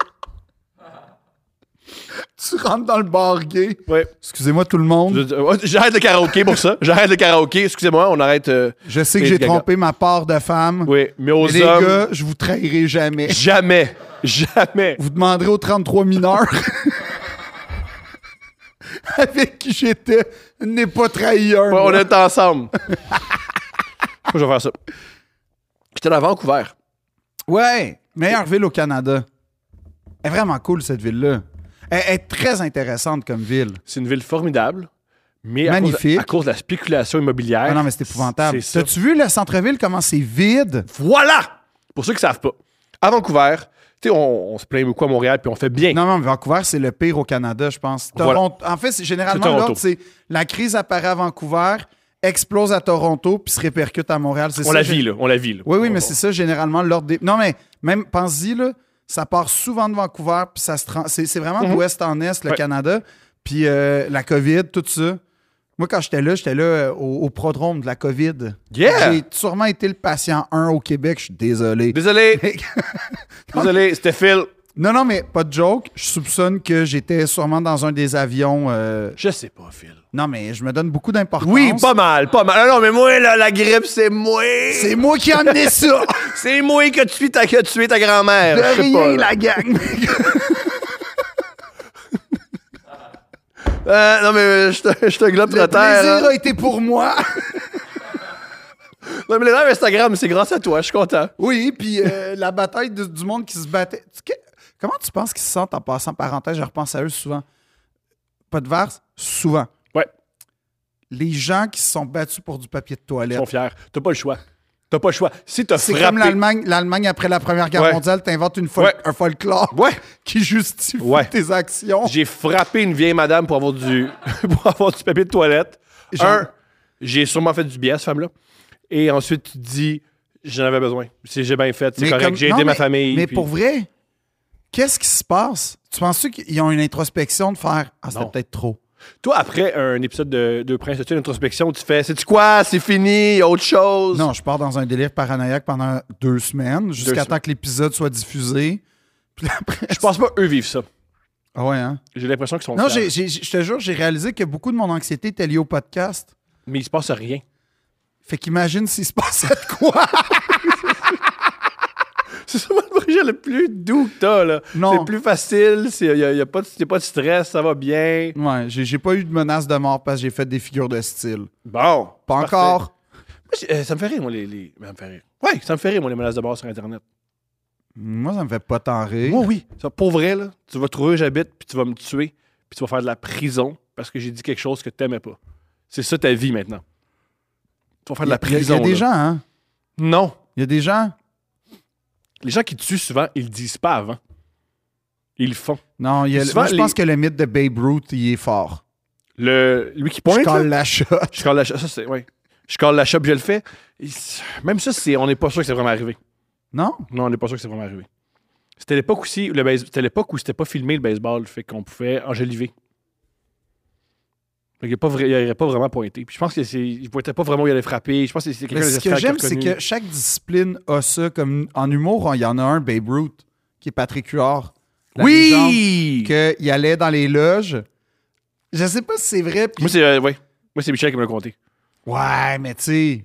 Tu rentres dans le bar gay. Ouais. Excusez-moi, tout le Je- monde. je- oh, J'arrête le karaoké pour ça. J'arrête le karaoké. Excusez-moi, on arrête. euh, Je sais que Lady j'ai Gaga. trompé ma part de femme. Oui, mais aux mais les hommes, gars, je vous trahirai jamais. jamais. Jamais. Vous demanderez aux 33 mineurs avec qui j'étais n'est pas trahi un. Ouais, moi. on est ensemble. Moi, je vais faire ça. J'étais à Vancouver. Ouais, meilleure ville au Canada. Elle est vraiment cool, cette ville-là. Elle elle est très intéressante comme ville. C'est une ville formidable, mais à cause de- Magnifique. À, cause de la spéculation immobilière. Ah non, mais c'est épouvantable. c'est ça. T'as-tu vu le centre-ville, comment c'est vide? Voilà! Pour ceux qui ne savent pas, à Vancouver, tu sais, on, on se plaint beaucoup à Montréal, puis on fait bien. Non, non, mais Vancouver, c'est le pire au Canada, je pense. Voilà. Toronto, En fait, c'est généralement C'est Toronto. l'ordre, c'est la crise apparaît à Vancouver, explose à Toronto, puis se répercute à Montréal. C'est on ça, la j'ai- vit, là. On la vit, là. Oui, oui, On- mais c'est ça, généralement, l'ordre des. Non, mais même, pense-y, là, ça part souvent de Vancouver, puis ça se. trans- C'est c'est vraiment d'ouest en est, le Mhm. Ouais. Canada. Puis euh, la COVID, tout ça. Moi, quand j'étais là, j'étais là euh, au, au prodrome de la COVID. Yeah! J'ai sûrement été le patient 1 au Québec, je suis désolé. Désolé, Mais- désolé, c'était Phil. Non, non, mais pas de joke. Je soupçonne que j'étais sûrement dans un des avions. euh, Je sais pas, Phil. Non, mais je me donne beaucoup d'importance. Oui, pas mal, pas mal. Ah Non, non, mais moi, là, la grippe, c'est moi. C'est moi qui ai amené ça! C'est moi que tu es ta, que tu es ta grand-mère. Je sais pas, là. gang! Euh, non, mais euh, je te, je te globe Le de terre. hein. plaisir a été pour moi! Non, mais les lives Instagram, c'est grâce à toi, je suis content. Oui, puis euh, la bataille de- du monde qui se battait. Tu- que- comment tu penses qu'ils se sentent en passant parenthèse? Je repense à eux souvent. Pas de verse? Souvent. Ouais. Les gens qui se sont battus pour du papier de Ils toilette. sont fiers. T'as pas le choix. T'as pas le choix. Si t'as C'est frappé. comme l'Allemagne. L'Allemagne, après la Première Guerre Ouais. mondiale, t'inventes une fol- Ouais. un folklore Ouais. qui justifie Ouais. tes actions. J'ai frappé une vieille madame pour avoir du, pour avoir du papier de toilette. Genre- Un, j'ai sûrement fait du bien à cette femme-là. Et ensuite, tu te dis, j'en avais besoin. Si j'ai bien fait, c'est Mais correct. comme- J'ai non, aidé ma mais- famille. Mais puis- pour vrai, qu'est-ce qui se passe? Tu penses qu'ils ont une introspection de faire Ah, c'était Non. peut-être trop. Toi, après un épisode de, de Prince, tu une introspection, tu fais, c'est C'est quoi? C'est fini, y a autre chose. Non, je pars dans un délire paranoïaque pendant deux semaines, jusqu'à semaines. temps que l'épisode soit diffusé. Puis après. Je pense pas eux vivent ça. Ah ouais, hein? J'ai l'impression qu'ils sont Non, fiers. j'ai- j'ai- je te jure, j'ai réalisé que beaucoup de mon anxiété était liée au podcast. mais il se passe rien. Fait qu'imagine s'il se passait de quoi. C'est sûrement le projet le plus doux que t'as, là. Non. C'est plus facile, il n'y a, y a pas de y a pas de stress, ça va bien. Ouais, j'ai j'ai pas eu de menace de mort parce que j'ai fait des figures de style. Bon. Pas parfait. encore. Moi, j'ai- euh, ça me fait rire, moi, les, les- ben, Ça me fait rire. Ouais, ça me fait rire, moi, les menaces de mort sur Internet. Moi, ça me fait pas tant rire. Moi, oui. Ça, pour vrai, là, tu vas trouver où j'habite, puis tu vas me tuer, puis tu vas faire de la prison parce que j'ai dit quelque chose que t'aimais pas. C'est ça ta vie maintenant. Tu vas faire de la Il y a- prison. Il y a des là. gens, hein? Non. Il y a des gens. Les gens qui te tuent souvent, ils le disent pas avant. Ils le font. Non, il y a- Souvent, moi, je pense les- que le mythe de Babe Ruth, il est fort. Le, lui qui je pointe. colle là, la shot. Je colle la shop. Ça, c'est. Ouais. Je colle la shop, je le fais. Il- Même ça, c'est, on n'est pas sûr que c'est vraiment arrivé. Non? Non, on n'est pas sûr que c'est vraiment arrivé. C'était l'époque aussi, le base- c'était l'époque où c'était pas filmé le baseball, fait qu'on pouvait engeliver. Fait qu'il est pas vrai- Il n'aurait pas vraiment pointé. Puis je pense qu'il ne pointait pas vraiment où il allait frapper. Je pense que c'est Mais quelqu'un ce des que Australiens j'aime, qui a c'est reconnu. que chaque discipline a ça. Comme en humour, hein, il y en a un, Babe Ruth, qui est Patrick Huard. la Oui! légende, Qu'il allait dans les loges. Je sais pas si c'est vrai. puis- Moi, c'est euh, ouais. Moi, c'est Michel qui me l'a conté. Ouais, mais tu sais,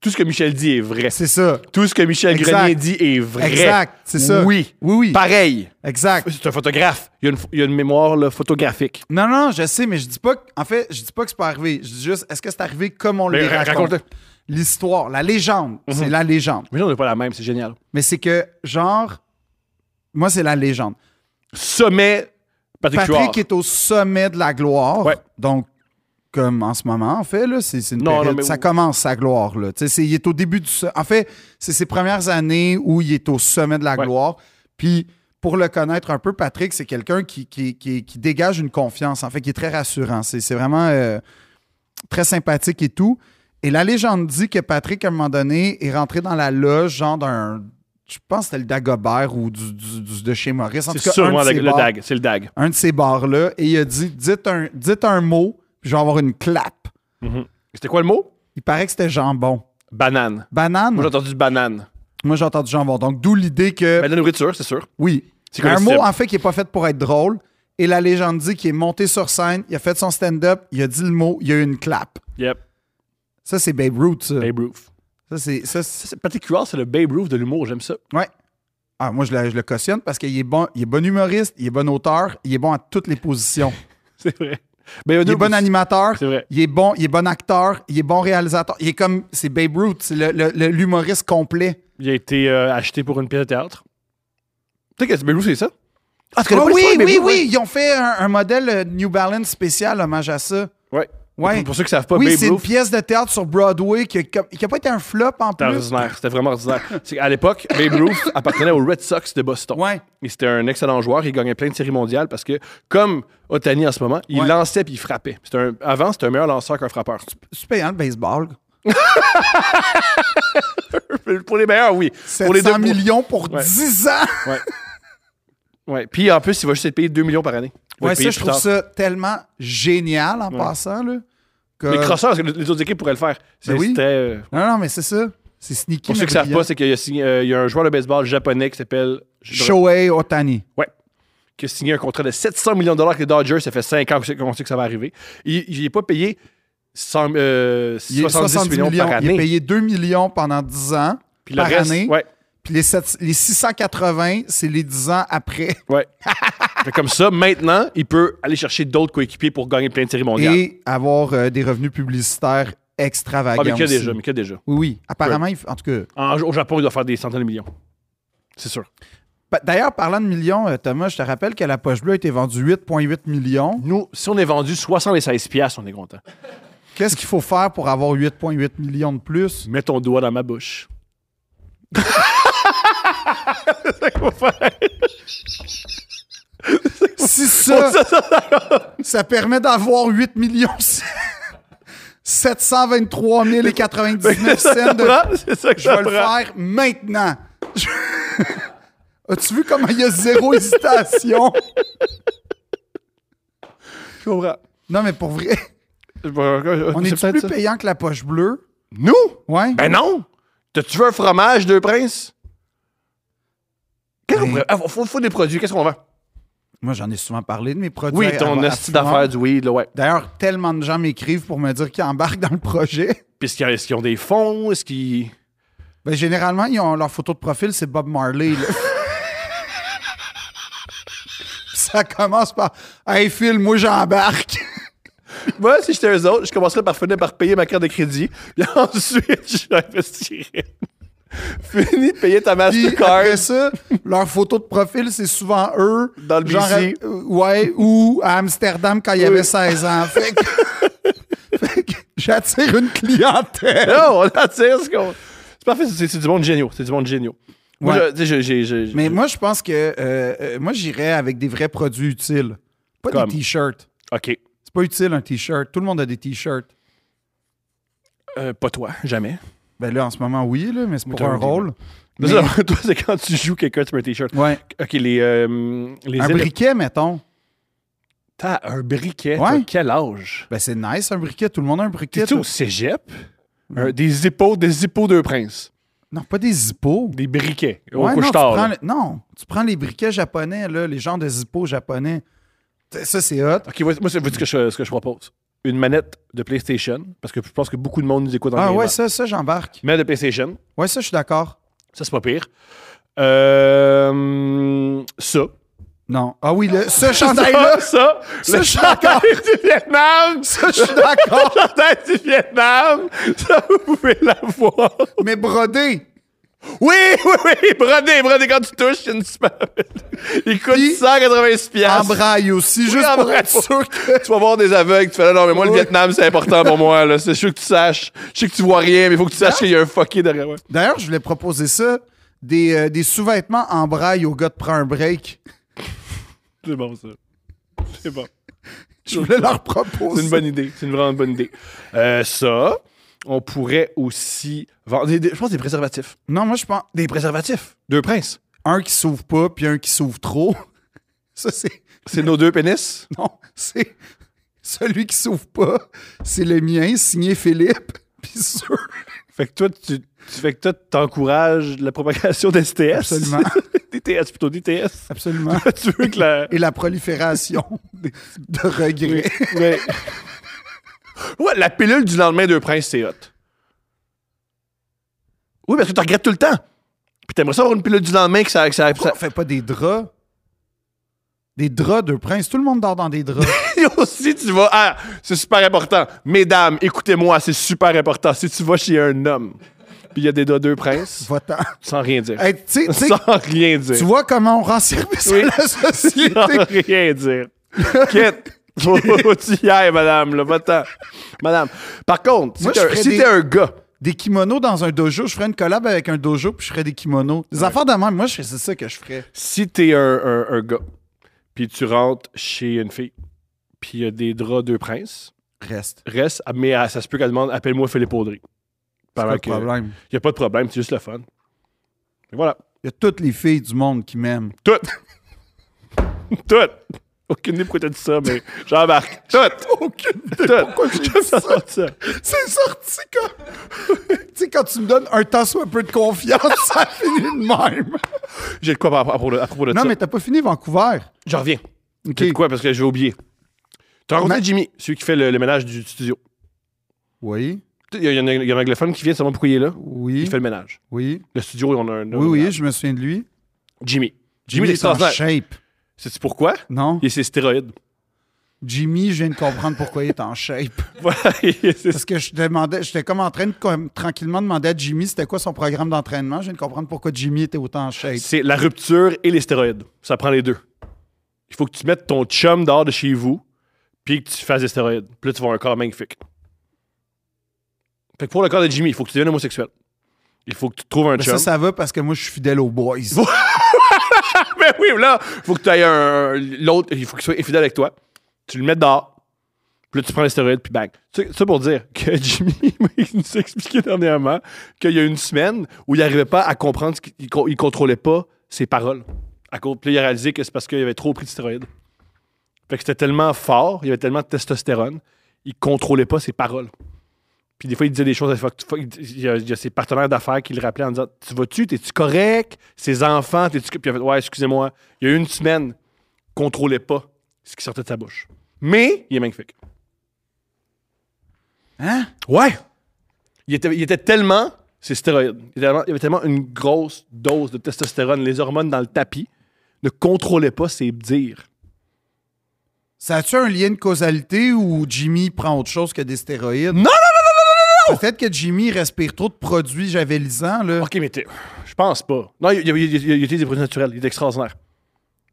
Tout ce que Michel dit est vrai. c'est ça. Tout ce que Michel Exact. Grenier dit est vrai. Exact, c'est ça. Oui. Oui, oui. Pareil. Exact. C'est un photographe. Il y a une, il y a une mémoire là, photographique. Non, non, je sais, mais je dis pas. que- En fait, je dis pas que c'est pas arrivé. Je dis juste, est-ce que c'est arrivé comme on Mais le ra- raconte? raconte-le. Mhm. L'histoire, la légende, c'est la légende. Mais là, on n'est pas la même. C'est génial. Mais c'est que, genre, moi, c'est la légende. Sommet Patrick, Huard. Patrick est au sommet de la gloire. Ouais. Donc, comme en ce moment, en fait, là, c'est c'est une Non, période- non, mais- ça commence sa gloire. Là. Tu sais, c'est- il est au début du. so- En fait, c'est ses premières années où il est au sommet de la Ouais. gloire. Puis, pour le connaître un peu, Patrick, c'est quelqu'un qui, qui- qui- qui dégage une confiance, en fait, qui est très rassurant. C'est c'est vraiment euh, très sympathique et tout. Et la légende dit que Patrick, à un moment donné, est rentré dans la loge, genre d'un. Je pense que c'était le Dagobert ou du, du- du- de chez Maurice. En tout C'est cas, un sûrement de le, ses le bars DAG. C'est le DAG. un de ces bars-là et il a dit dites un, dites un mot, puis je vais avoir une clap. C'était quoi le mot? Il paraît que c'était jambon. Banane. Banane Moi, j'ai entendu banane. Moi, j'ai entendu jambon. Donc, d'où l'idée que. Mais de la nourriture, c'est sûr. oui. C'est Un mot, comestible. en fait, qui n'est pas fait pour être drôle. Et la légende dit qu'il est monté sur scène, il a fait son stand-up, il a dit le mot, il y a eu une clap. Yep. Ça, c'est Babe Ruth, ça. Babe Ruth. Ça, c'est. ça, c'est- Ça, c'est- Patrick Huard, c'est le Babe Ruth de l'humour. J'aime ça. Ouais. Ah, moi, je le, je le cautionne parce qu'il est bon, il est bon humoriste, il est bon auteur, il est bon à toutes les positions. C'est vrai. Mais Il est bon animateur. C'est vrai. Il est bon, il est bon acteur. Il est bon réalisateur. Il est comme, c'est Babe Ruth, c'est le- le- le- l'humoriste complet. Il a été euh, acheté pour une pièce de théâtre. Tu sais que Babe Ruth, c'est ça? Ah, tu Ah connais pas oui, l'histoire de Babe oui, Ruth, oui. Ils ont fait un, un modèle euh, New Balance spécial, hommage à ça. Ouais. Ouais. Pour, pour ceux qui savent pas, oui, c'est Babe une Ruth, pièce de théâtre sur Broadway qui a, comme- qui a pas été un flop en c'était plus. ordinaire. C'était vraiment ordinaire. C'est qu'à l'époque, Babe Ruth appartenait aux Red Sox de Boston. Ouais. Et c'était un excellent joueur. Il gagnait plein de séries mondiales parce que, comme Otani en ce moment, il Ouais. lançait puis il frappait. C'était un- avant, c'était un meilleur lanceur qu'un frappeur. C'est payant le baseball. Pour les meilleurs, oui. Pour les 700 deux pour- millions pour Ouais. 10 ans. Ouais. Puis en plus, il va juste être payé 2 millions par année. Il va Ouais, être payé ça, je plus trouve tard. ça tellement génial en passant. Là, que- Les crosseurs, parce que les autres équipes pourraient le faire. C'est- euh, Ben oui. C'était. euh, Non, non, mais c'est ça. C'est sneaky. Pour ceux mais qui ne savent brillant. pas, c'est qu'il y, a signé- euh, il y a un joueur de baseball japonais qui s'appelle Shohei Otani. qui a signé un contrat de 700 millions de dollars avec les Dodgers. Ça fait 5 ans que c'est- qu'on sait que ça va arriver. Il n'est pas payé 100, euh, Il est 70 70 millions, par Il est année. payé 2 millions pendant 10 ans. Puis le par reste, année. ouais, Puis les, sept- les 680, c'est les 10 ans après. ouais. Fait comme ça, maintenant, il peut aller chercher d'autres coéquipiers pour gagner plein de séries mondiales. Et avoir euh, des revenus publicitaires extravagants. Ah, mais qu'il y a aussi. déjà, mais qu'il y a déjà. Oui, oui. Apparemment, il f- en tout cas. En- au Japon, il doit faire des centaines de millions. C'est sûr. Pa- D'ailleurs, parlant de millions, euh, Thomas, je te rappelle que la poche bleue a été vendue 8,8 millions. Nous, si on est vendu 76 piastres, on est content. Qu'est-ce qu'il faut faire pour avoir 8,8 millions de plus? Mets ton doigt dans ma bouche. Si ça, ça permet d'avoir 8 millions 723 099 cents de Ah, c'est ça que Je vais le faire maintenant. Je- As-tu vu comment il y a zéro hésitation? Je comprends. Non, mais pour vrai, on est, C'est plus peut-être ça. payant que la poche bleue? Nous? Ouais. Ben non! T'as-tu vu un fromage, Deux Princes? Qu'est-ce qu'on Ben- pourrait- Ah, faut, faut des produits. Qu'est-ce qu'on vend? Moi, j'en ai souvent parlé de mes produits. Oui, ton à- esti affluents. d'affaires du weed, là, ouais. D'ailleurs, tellement de gens m'écrivent pour me dire qu'ils embarquent dans le projet. Puis est-ce qu'ils est-ce qu'ils ont des fonds? Est-ce qu'ils. Ben, généralement, ils ont leur photo de profil, c'est Bob Marley. là. Ça commence par Hey Phil, moi j'embarque. Moi, si j'étais eux autres, je commencerais par finir par payer ma carte de crédit. Puis ensuite, je investirais. Fini de payer ta Puis Mastercard. après ça, leur photo de profil, c'est souvent eux. Dans le genre, busy. euh, Ouais, ou à Amsterdam quand il y avait 16 ans. Fait que- fait que j'attire une clientèle. Non, Oh, on attire ce qu'on. C'est parfait, c'est c'est du monde géniaux. C'est du monde géniaux. Moi, Ouais. je- tu sais, je- j'ai- j'ai- Mais moi, je pense que euh, euh, moi, j'irais avec des vrais produits utiles. Pas Comme. des t-shirts. OK. C'est pas utile un t-shirt. Tout le monde a des t-shirts. Euh, pas toi, jamais. Ben là, en ce moment, oui, là, mais c'est pour t'as un un deal. rôle. Mais- Ça, toi, c'est quand tu joues quelqu'un, tu mets un t-shirt. Ouais. OK, les. euh, les Un élé- briquet, mettons. T'as un briquet. Ouais. T'as quel âge? Ben c'est nice, un briquet. Tout le monde a un briquet. T'es-tu au cégep? Un- des hippos, des hippos de prince. Non, pas des hippos. Des briquets. Au Ouais, non, tu couche-tard. prends là. le- non, tu prends les briquets japonais, là, les genres de Zippo japonais. T- Ça, c'est hot. OK, moi, moi, c'est voici ce que, je, ce que je propose. Une manette de PlayStation, parce que je pense que beaucoup de monde nous écoute en Ah gamer. ouais, ça, ça j'embarque. Manette de PlayStation, Ouais, ça, je suis d'accord. ça, c'est pas pire. Euh, ça. Non. Ah oui, le, ce chandail-là, Ça, ben ça. Ça, le je suis d'accord. chandail du Vietnam. ça, je suis d'accord. Le chandail du Vietnam. Ça, vous pouvez l'avoir. Mais brodé. Oui, oui, oui. Brodé, brodé. Quand tu touches, c'est une super Il coûte Puis, 190 En piastres. braille aussi, juste Ah, en pour braille. être sûr que... Tu vas voir des aveugles, tu fais là, non, mais moi, le Oui. Vietnam, c'est important pour moi, là. C'est- Je veux que tu saches. Je sais que tu vois rien, mais il faut que tu saches qu'il y a un fucké derrière. Ouais. D'ailleurs, je voulais proposer ça. Des, euh, des sous-vêtements en braille au gars de prendre un break. C'est bon, ça. C'est bon. Je voulais leur C'est proposer. une bonne idée. C'est une vraiment bonne idée. Euh, ça, on pourrait aussi vendre. des- des- je pense des préservatifs. Non, moi, je pense... Des préservatifs. Deux princes. Un qui s'ouvre pas, puis un qui s'ouvre trop. Ça, c'est... C'est nos deux pénis. Non, c'est celui qui s'ouvre pas, c'est le mien, signé Philippe. Puis sûr, Fait que toi, tu, tu fais que toi, t'encourages la propagation d'STS. Absolument. DTS, plutôt DTS. absolument. tu veux que la. Et la prolifération des- de regrets. Ouais. ouais, la pilule du lendemain d'un prince, c'est hot. Oui, parce que tu regrettes tout le temps. Puis t'aimerais ça avoir une pilule du lendemain que ça. Que ça, Pourquoi on fait pas des draps? Des draps de prince. Tout le monde dort dans des draps. Et aussi, tu vas. Ah, c'est super important. Mesdames, écoutez-moi, c'est super important. Si tu vas chez un homme, puis il y a des doigts deux princes, Va-t'en. sans rien dire. Hey, tu sais- tu sais, sans rien dire. tu vois comment on rend service Oui. à la sans société. rien dire. Quitte. Faut faut que tu y ailles, madame, là. Va-t'en. Madame. Par contre, si Moi, t'es je un- ferais si des- t'es un gars, Des kimonos dans un dojo. Je ferais une collab avec un dojo, puis je ferais des kimonos. Des affaires de même. Moi, je- c'est ça que je ferais. si t'es un, un, un gars, puis tu rentres chez une fille, puis il y a des draps deux princes, Reste. reste, mais ah, ça se peut qu'elle demande appelle-moi Philippe Audry. C'est pas Pendant le que- problème. y a pas de problème, c'est juste le fun. Et voilà. Il y a toutes les filles du monde qui m'aiment. Tout. Tout. Aucune idée pourquoi t'as dit ça, mais j'embarque. Tout. Aucune idée pourquoi j'ai dit ça. C'est sorti comme. sais, quand tu me donnes un tas soit peu de confiance, ça finit de même. J'ai de quoi à, à propos de, à propos de Non, ça. mais t'as pas fini Vancouver. Je reviens. OK. J'ai de quoi parce que j'ai oublié. T'as rencontré Ma- Jimmy, celui qui fait le, le ménage du studio. Oui. Il y, a- il y a un- il y a un anglophone qui vient, savoir pourquoi il est là. Oui. Il fait le ménage. Oui. Le studio, on a un. Oui, oui, je me souviens de lui. Jimmy. Jimmy, Jimmy il est est en extraordinaire. shape. Sais-tu pourquoi? Non? Il est ses stéroïdes. Jimmy, je viens de comprendre pourquoi il est en shape. Voilà, il est ses- Parce que je demandais, j'étais comme en train de comme, tranquillement demander à Jimmy c'était quoi son programme d'entraînement. Je viens de comprendre pourquoi Jimmy était autant en shape. C'est la rupture et les stéroïdes. Ça prend les deux. Il faut que tu mettes ton chum dehors de chez vous, puis que tu fasses des stéroïdes. Puis là, tu vas avoir un corps magnifique. Fait que pour le corps de Jimmy, il faut que tu deviennes homosexuel. Il faut que tu trouves un Mais chum. ça, ça va parce que moi, je suis fidèle aux boys. Mais Ben oui, là, faut que tu ailles un. L'autre, il faut qu'il soit infidèle avec toi. Tu le mets dehors. Puis là, tu prends les stéroïdes, puis bang. Tu sais, Ça pour dire que Jimmy, il nous a expliqué dernièrement qu'il y a une semaine où il n'arrivait pas à comprendre, ce qu'il il co- il contrôlait pas ses paroles. À cause, puis là, il a réalisé que c'est parce qu'il avait trop pris de stéroïdes. Fait que c'était tellement fort, il y avait tellement de testostérone, il contrôlait pas ses paroles. Puis des fois, il disait des choses. à fuck- fuck- Il y a, il y a ses partenaires d'affaires qui le rappelaient en disant Tu vas-tu T'es-tu correct Ses enfants T'es-tu. Puis il a fait Ouais, excusez-moi. Il y a eu une semaine, contrôlait pas ce qui sortait de sa bouche. Mais il est magnifique. Hein? Ouais Il était, il était tellement. C'est stéroïdes. Il, était tellement- il avait tellement une grosse dose de testostérone, les hormones dans le tapis, ne contrôlait pas ses dires. Ça a-tu un lien de causalité ou Jimmy prend autre chose que des stéroïdes? Non, non, non, non, non, non, non! Peut-être que Jimmy respire trop de produits javelisants, là. Ok, mais t'es- je pense pas. Non, il y a, il y a- il y a- il y a des produits naturels. Il est extraordinaire.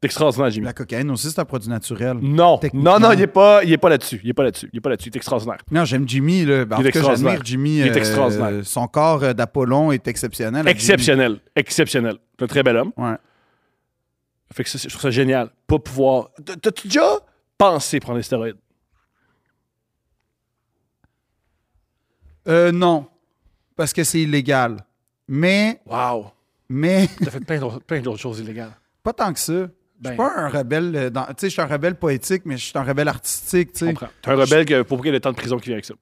Il est extraordinaire, Jimmy. La cocaïne aussi, c'est un produit naturel. Non, Techniquement. non, non, il est pas, il est pas là-dessus. Il est pas là-dessus. Il est pas là-dessus. Il est extraordinaire. Non, j'aime Jimmy, là. Ben, en Il est tout cas, extraordinaire. j'admire Jimmy. Il est euh, extraordinaire. son corps euh, d'Apollon est exceptionnel. à Exceptionnel, exceptionnel. C'est un très bel homme. Jimmy. Ouais. Fait que ça, c'est- je trouve ça génial. Pas pouvoir. T'as- T'as-tu déjà pensé prendre des stéroïdes? Euh, non, parce que c'est illégal. Mais, Wow. mais, T'as fait plein d'autres plein d'autres choses illégales. pas tant que ça. je Ben. suis pas un rebelle. euh, dans- Tu sais, je suis un rebelle poétique, mais je suis un rebelle artistique, tu Je sais. comprends. T'es un rebelle que, pour qu'il y ait le temps de prison qui vient avec ça.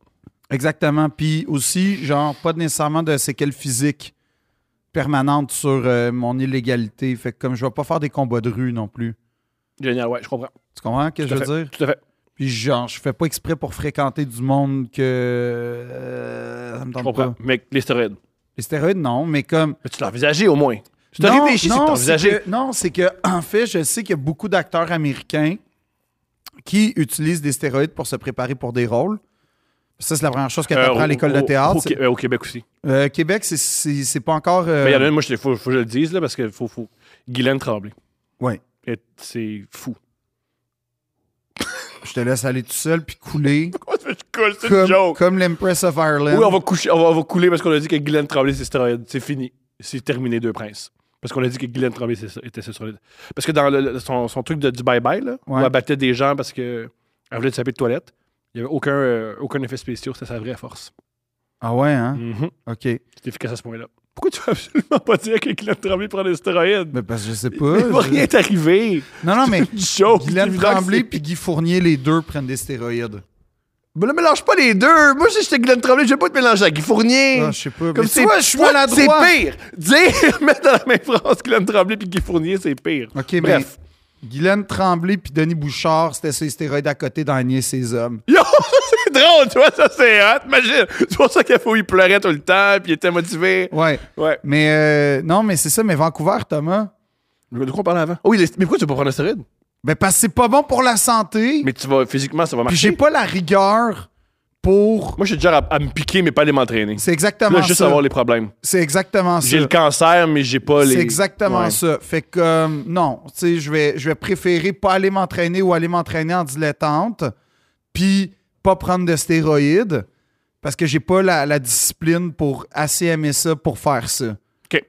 Exactement. Puis aussi, genre, pas nécessairement de séquelles physiques permanentes sur euh, mon illégalité. Fait que comme je vais pas faire des combats de rue non plus. Génial, ouais, je comprends. Tu comprends ce que Tout je à veux fait. dire? Tout à fait. Puis genre, je fais pas exprès pour fréquenter du monde que... euh, ça me Je tente comprends. pas. Mais les stéroïdes. Les stéroïdes, non, mais comme... Mais tu l'as envisagé au moins. Tu t'as Non, réfléchi, c'est non, que t'as c'est envisagé. que- non, c'est que, en fait, je sais qu'il y a beaucoup d'acteurs américains qui utilisent des stéroïdes pour se préparer pour des rôles. Ça, c'est la première chose que tu Euh, apprends à au- l'école de au- théâtre. Au, Qué- euh, au Québec aussi. C'est- euh, Québec, c'est- c'est c'est pas encore. euh, Mais il y en a une, moi, il faut, faut que je le dise, là, parce qu'il faut, faut. Guylaine Tremblay. Ouais. Et C'est fou. Je te laisse aller tout seul puis couler. C'est cool, c'est une comme joke. comme l'Empress of Ireland. Oui, on va, coucher, on, va, on va couler parce qu'on a dit que Guylaine Tremblay, c'est stéroïde. C'est fini. C'est terminé, Deux Princes. Parce qu'on a dit que Guylaine Tremblay c'est ça- était stéroïde. Parce que dans le- le- son, son truc de, du bye-bye, là, où Ouais. elle battait des gens parce qu'elle voulait du papier de toilette, il n'y avait aucun, euh, aucun effet spécial. C'était sa vraie force. Ah ouais, hein? Mhm. OK. C'était efficace à ce point-là. Pourquoi tu veux absolument pas dire que Guylaine Tremblay prend des stéroïdes? Mais parce que je sais pas. Il va je- rien t'arriver. Non, non, mais Du show. Guylaine Tremblay puis Guy Fournier, les deux prennent des stéroïdes. Mais ne mélange pas les deux. Moi, si j'étais Guylaine Tremblay, je vais pas te mélanger avec Guy Fournier. Ah, je sais pas. Comme mais tu c'est vois, je suis toi, maladroit. C'est pire. Dire, mettre dans la même phrase Guylaine Tremblay puis Guy Fournier, c'est pire. OK, Bref. mais Guylaine Tremblay puis Denis Bouchard, c'était ses stéroïdes à côté dans Nier ses hommes. Yo, c'est drôle, tu vois, ça c'est hot. Imagine. C'est pour ça qu'il faut, il pleurait tout le temps puis il était motivé. Ouais. Ouais. Mais euh, non, mais c'est ça, mais Vancouver, Thomas. De quoi on parlait avant? Oh, oui, les- mais pourquoi tu vas pas prendre un stéroïde? Ben parce que c'est pas bon pour la santé. Mais tu vas, physiquement, ça va Puis marcher. j'ai pas la rigueur pour. Moi, je suis déjà à, à me piquer, mais pas aller m'entraîner. C'est exactement Là, juste ça. avoir les problèmes. C'est exactement ça. J'ai le cancer, mais j'ai pas les. C'est exactement Ouais. ça. Fait que euh, non, tu sais, je vais, je vais préférer pas aller m'entraîner ou aller m'entraîner en dilettante, puis pas prendre de stéroïdes parce que j'ai pas la, la discipline pour assez aimer ça pour faire ça. OK.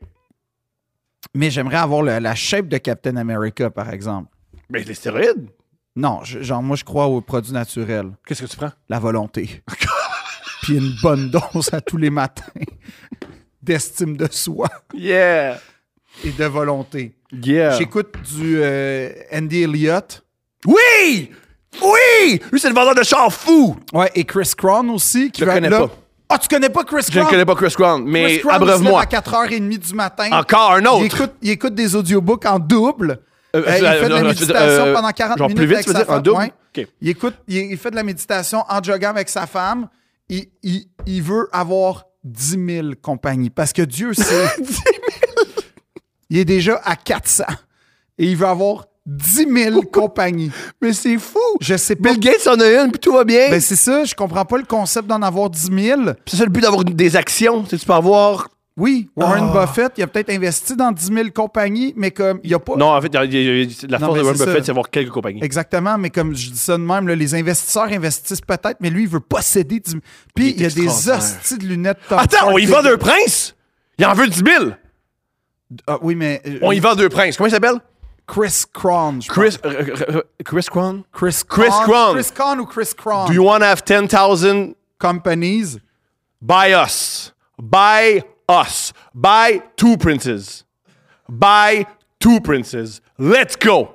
Mais j'aimerais avoir le- la shape de Captain America, par exemple. Mais les stéroïdes? Non, je- genre moi je crois aux produits naturels, Qu'est-ce que tu prends? la volonté, puis une bonne dose à tous les matins d'estime de soi Yeah! et de volonté. Yeah! J'écoute du euh, Andy Elliott. Oui! Oui! Lui, c'est le vendeur de char fou! Ouais, et Chris Crown aussi, qui Je le va connais là, pas. Ah, tu connais pas Chris Je ne Crown? connais pas Chris Crown, mais Chris Crown, il se lève abreuve-moi. à 4h30 du matin. Encore un Il autre. écoute, il écoute des audiobooks en double. Euh, Euh, il euh, fait non, je de la veux dire, méditation euh, pendant 40 genre minutes. plus vite, avec tu veux sa dire, en femme. double? Ouais. OK. Il écoute, il, il fait de la méditation en joguant avec sa femme. Il, il- il veut avoir 10 000 compagnies parce que Dieu sait. Il est déjà à 400 et il veut avoir 10 000 compagnies. Mais c'est fou. Je sais pas. Bill Gates en a une, puis tout va bien. Ben c'est ça, je comprends pas le concept d'en avoir 10 000. Puis c'est ça le but d'avoir des actions. C'est que tu peux avoir. Oui, Warren Ah. Buffett, il a peut-être investi dans 10 000 compagnies, mais comme il n'y a pas. Non, en fait, il y a- il y a- il y a- la Non, force mais de Warren c'est Buffett, ça. c'est avoir quelques compagnies. Exactement, mais comme je dis ça de même, là, les investisseurs investissent peut-être, mais lui, il veut posséder 10 000. Puis il, Il est y a des extraordinaire. hosties de lunettes. Attends, on y vend va deux princes? Il en veut 10 000. Ah, oui, mais. euh, On y vend deux princes. Comment il s'appelle? Chris Crown. je Chris, euh, euh, euh, Chris Crown? pense. Chris Chris Crown. Chris Crown ou Chris Crown. Do you want to have 10,000? Companies. Buy us. Buy us. Buy two princes. Buy two princes. Let's go.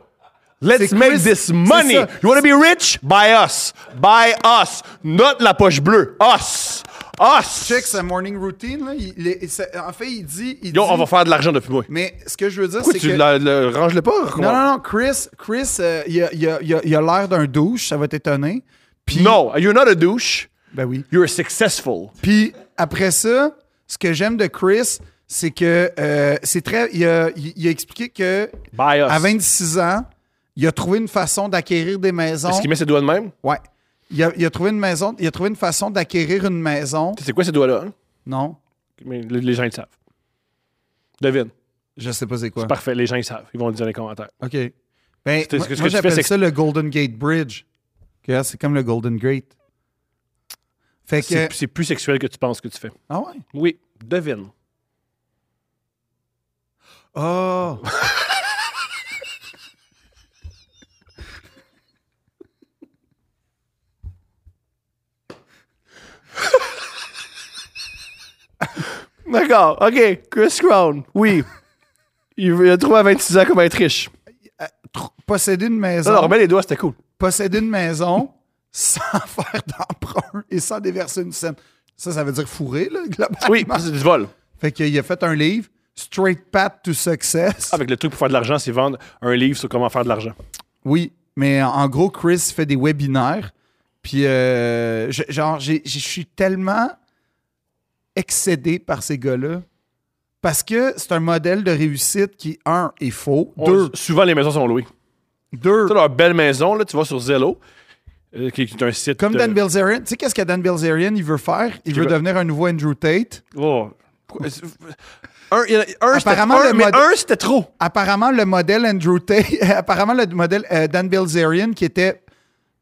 Let's C'est make Chris- this c'est money. ça. You want to be rich? Buy us. Buy us. Not la poche bleue. Us. Us. Check sa morning routine. là, il- il- c'est- en fait, il dit. il Yo, dit- on va faire de l'argent depuis moi. Mais ce que je veux dire, c'est Pourquoi tu que. la- le- ranges-le pas? Non, non, non, Chris, Chris, euh, il a, il a- il a- il a l'air d'un douche, ça va t'étonner. Puis, No, you're not a douche. Ben oui. You're successful. Puis après ça, ce que j'aime de Chris, c'est que euh, c'est très. Il a, il- il a expliqué que Buy us. à 26 ans, il a trouvé une façon d'acquérir des maisons. Est-ce qu'il met ses doigts de même? Ouais. Il a, il a trouvé une maison. Il a trouvé une façon d'acquérir une maison. C'est quoi ces doigts-là? hein? Non, Mais le- les gens, ils le savent. Devine. je sais pas c'est quoi. Parfait, les gens, ils savent. Ils vont le dire dans les commentaires. Ok. Ben, ce moi, que tu moi, fais, j'appelle c'est que- ça le Golden Gate Bridge. Que C'est comme le Golden Gate. Fait que. C'est c'est plus sexuel que tu penses que tu fais. Ah ouais. Oui, devine. Oh! D'accord, OK. Chris Crown, oui. Il a trouvé à 26 ans comment être riche. Posséder une maison. Non, non, remets les doigts, c'était cool. posséder une maison sans faire d'emprunt et sans déverser une scène. Ça, ça veut dire fourrer, là, globalement. Ah, Oui, c'est du vol. Fait qu'il a fait un livre, Straight Path to Success. Ah, Avec le truc pour faire de l'argent, c'est vendre un livre sur comment faire de l'argent. Oui, mais en- en gros, Chris fait des webinaires. Puis, euh, je- genre, j'ai- je suis tellement excédé par ces gars-là. Parce que c'est un modèle de réussite qui, un, est faux. On- Deux, Souvent, les maisons sont louées. deux, Tu sais, leur belle maison, là, tu vas sur Zello, euh, qui est un site... comme euh, Dan Bilzerian. Tu sais, qu'est-ce que Dan Bilzerian, il veut faire? Il veut veut- devenir un nouveau Andrew Tate. oh. Pourquoi- Un, il y en a- un, c'était- Apparemment, un, le mais mode- un, c'était trop. apparemment le modèle Andrew Tate, apparemment le modèle euh, Dan Bilzerian qui était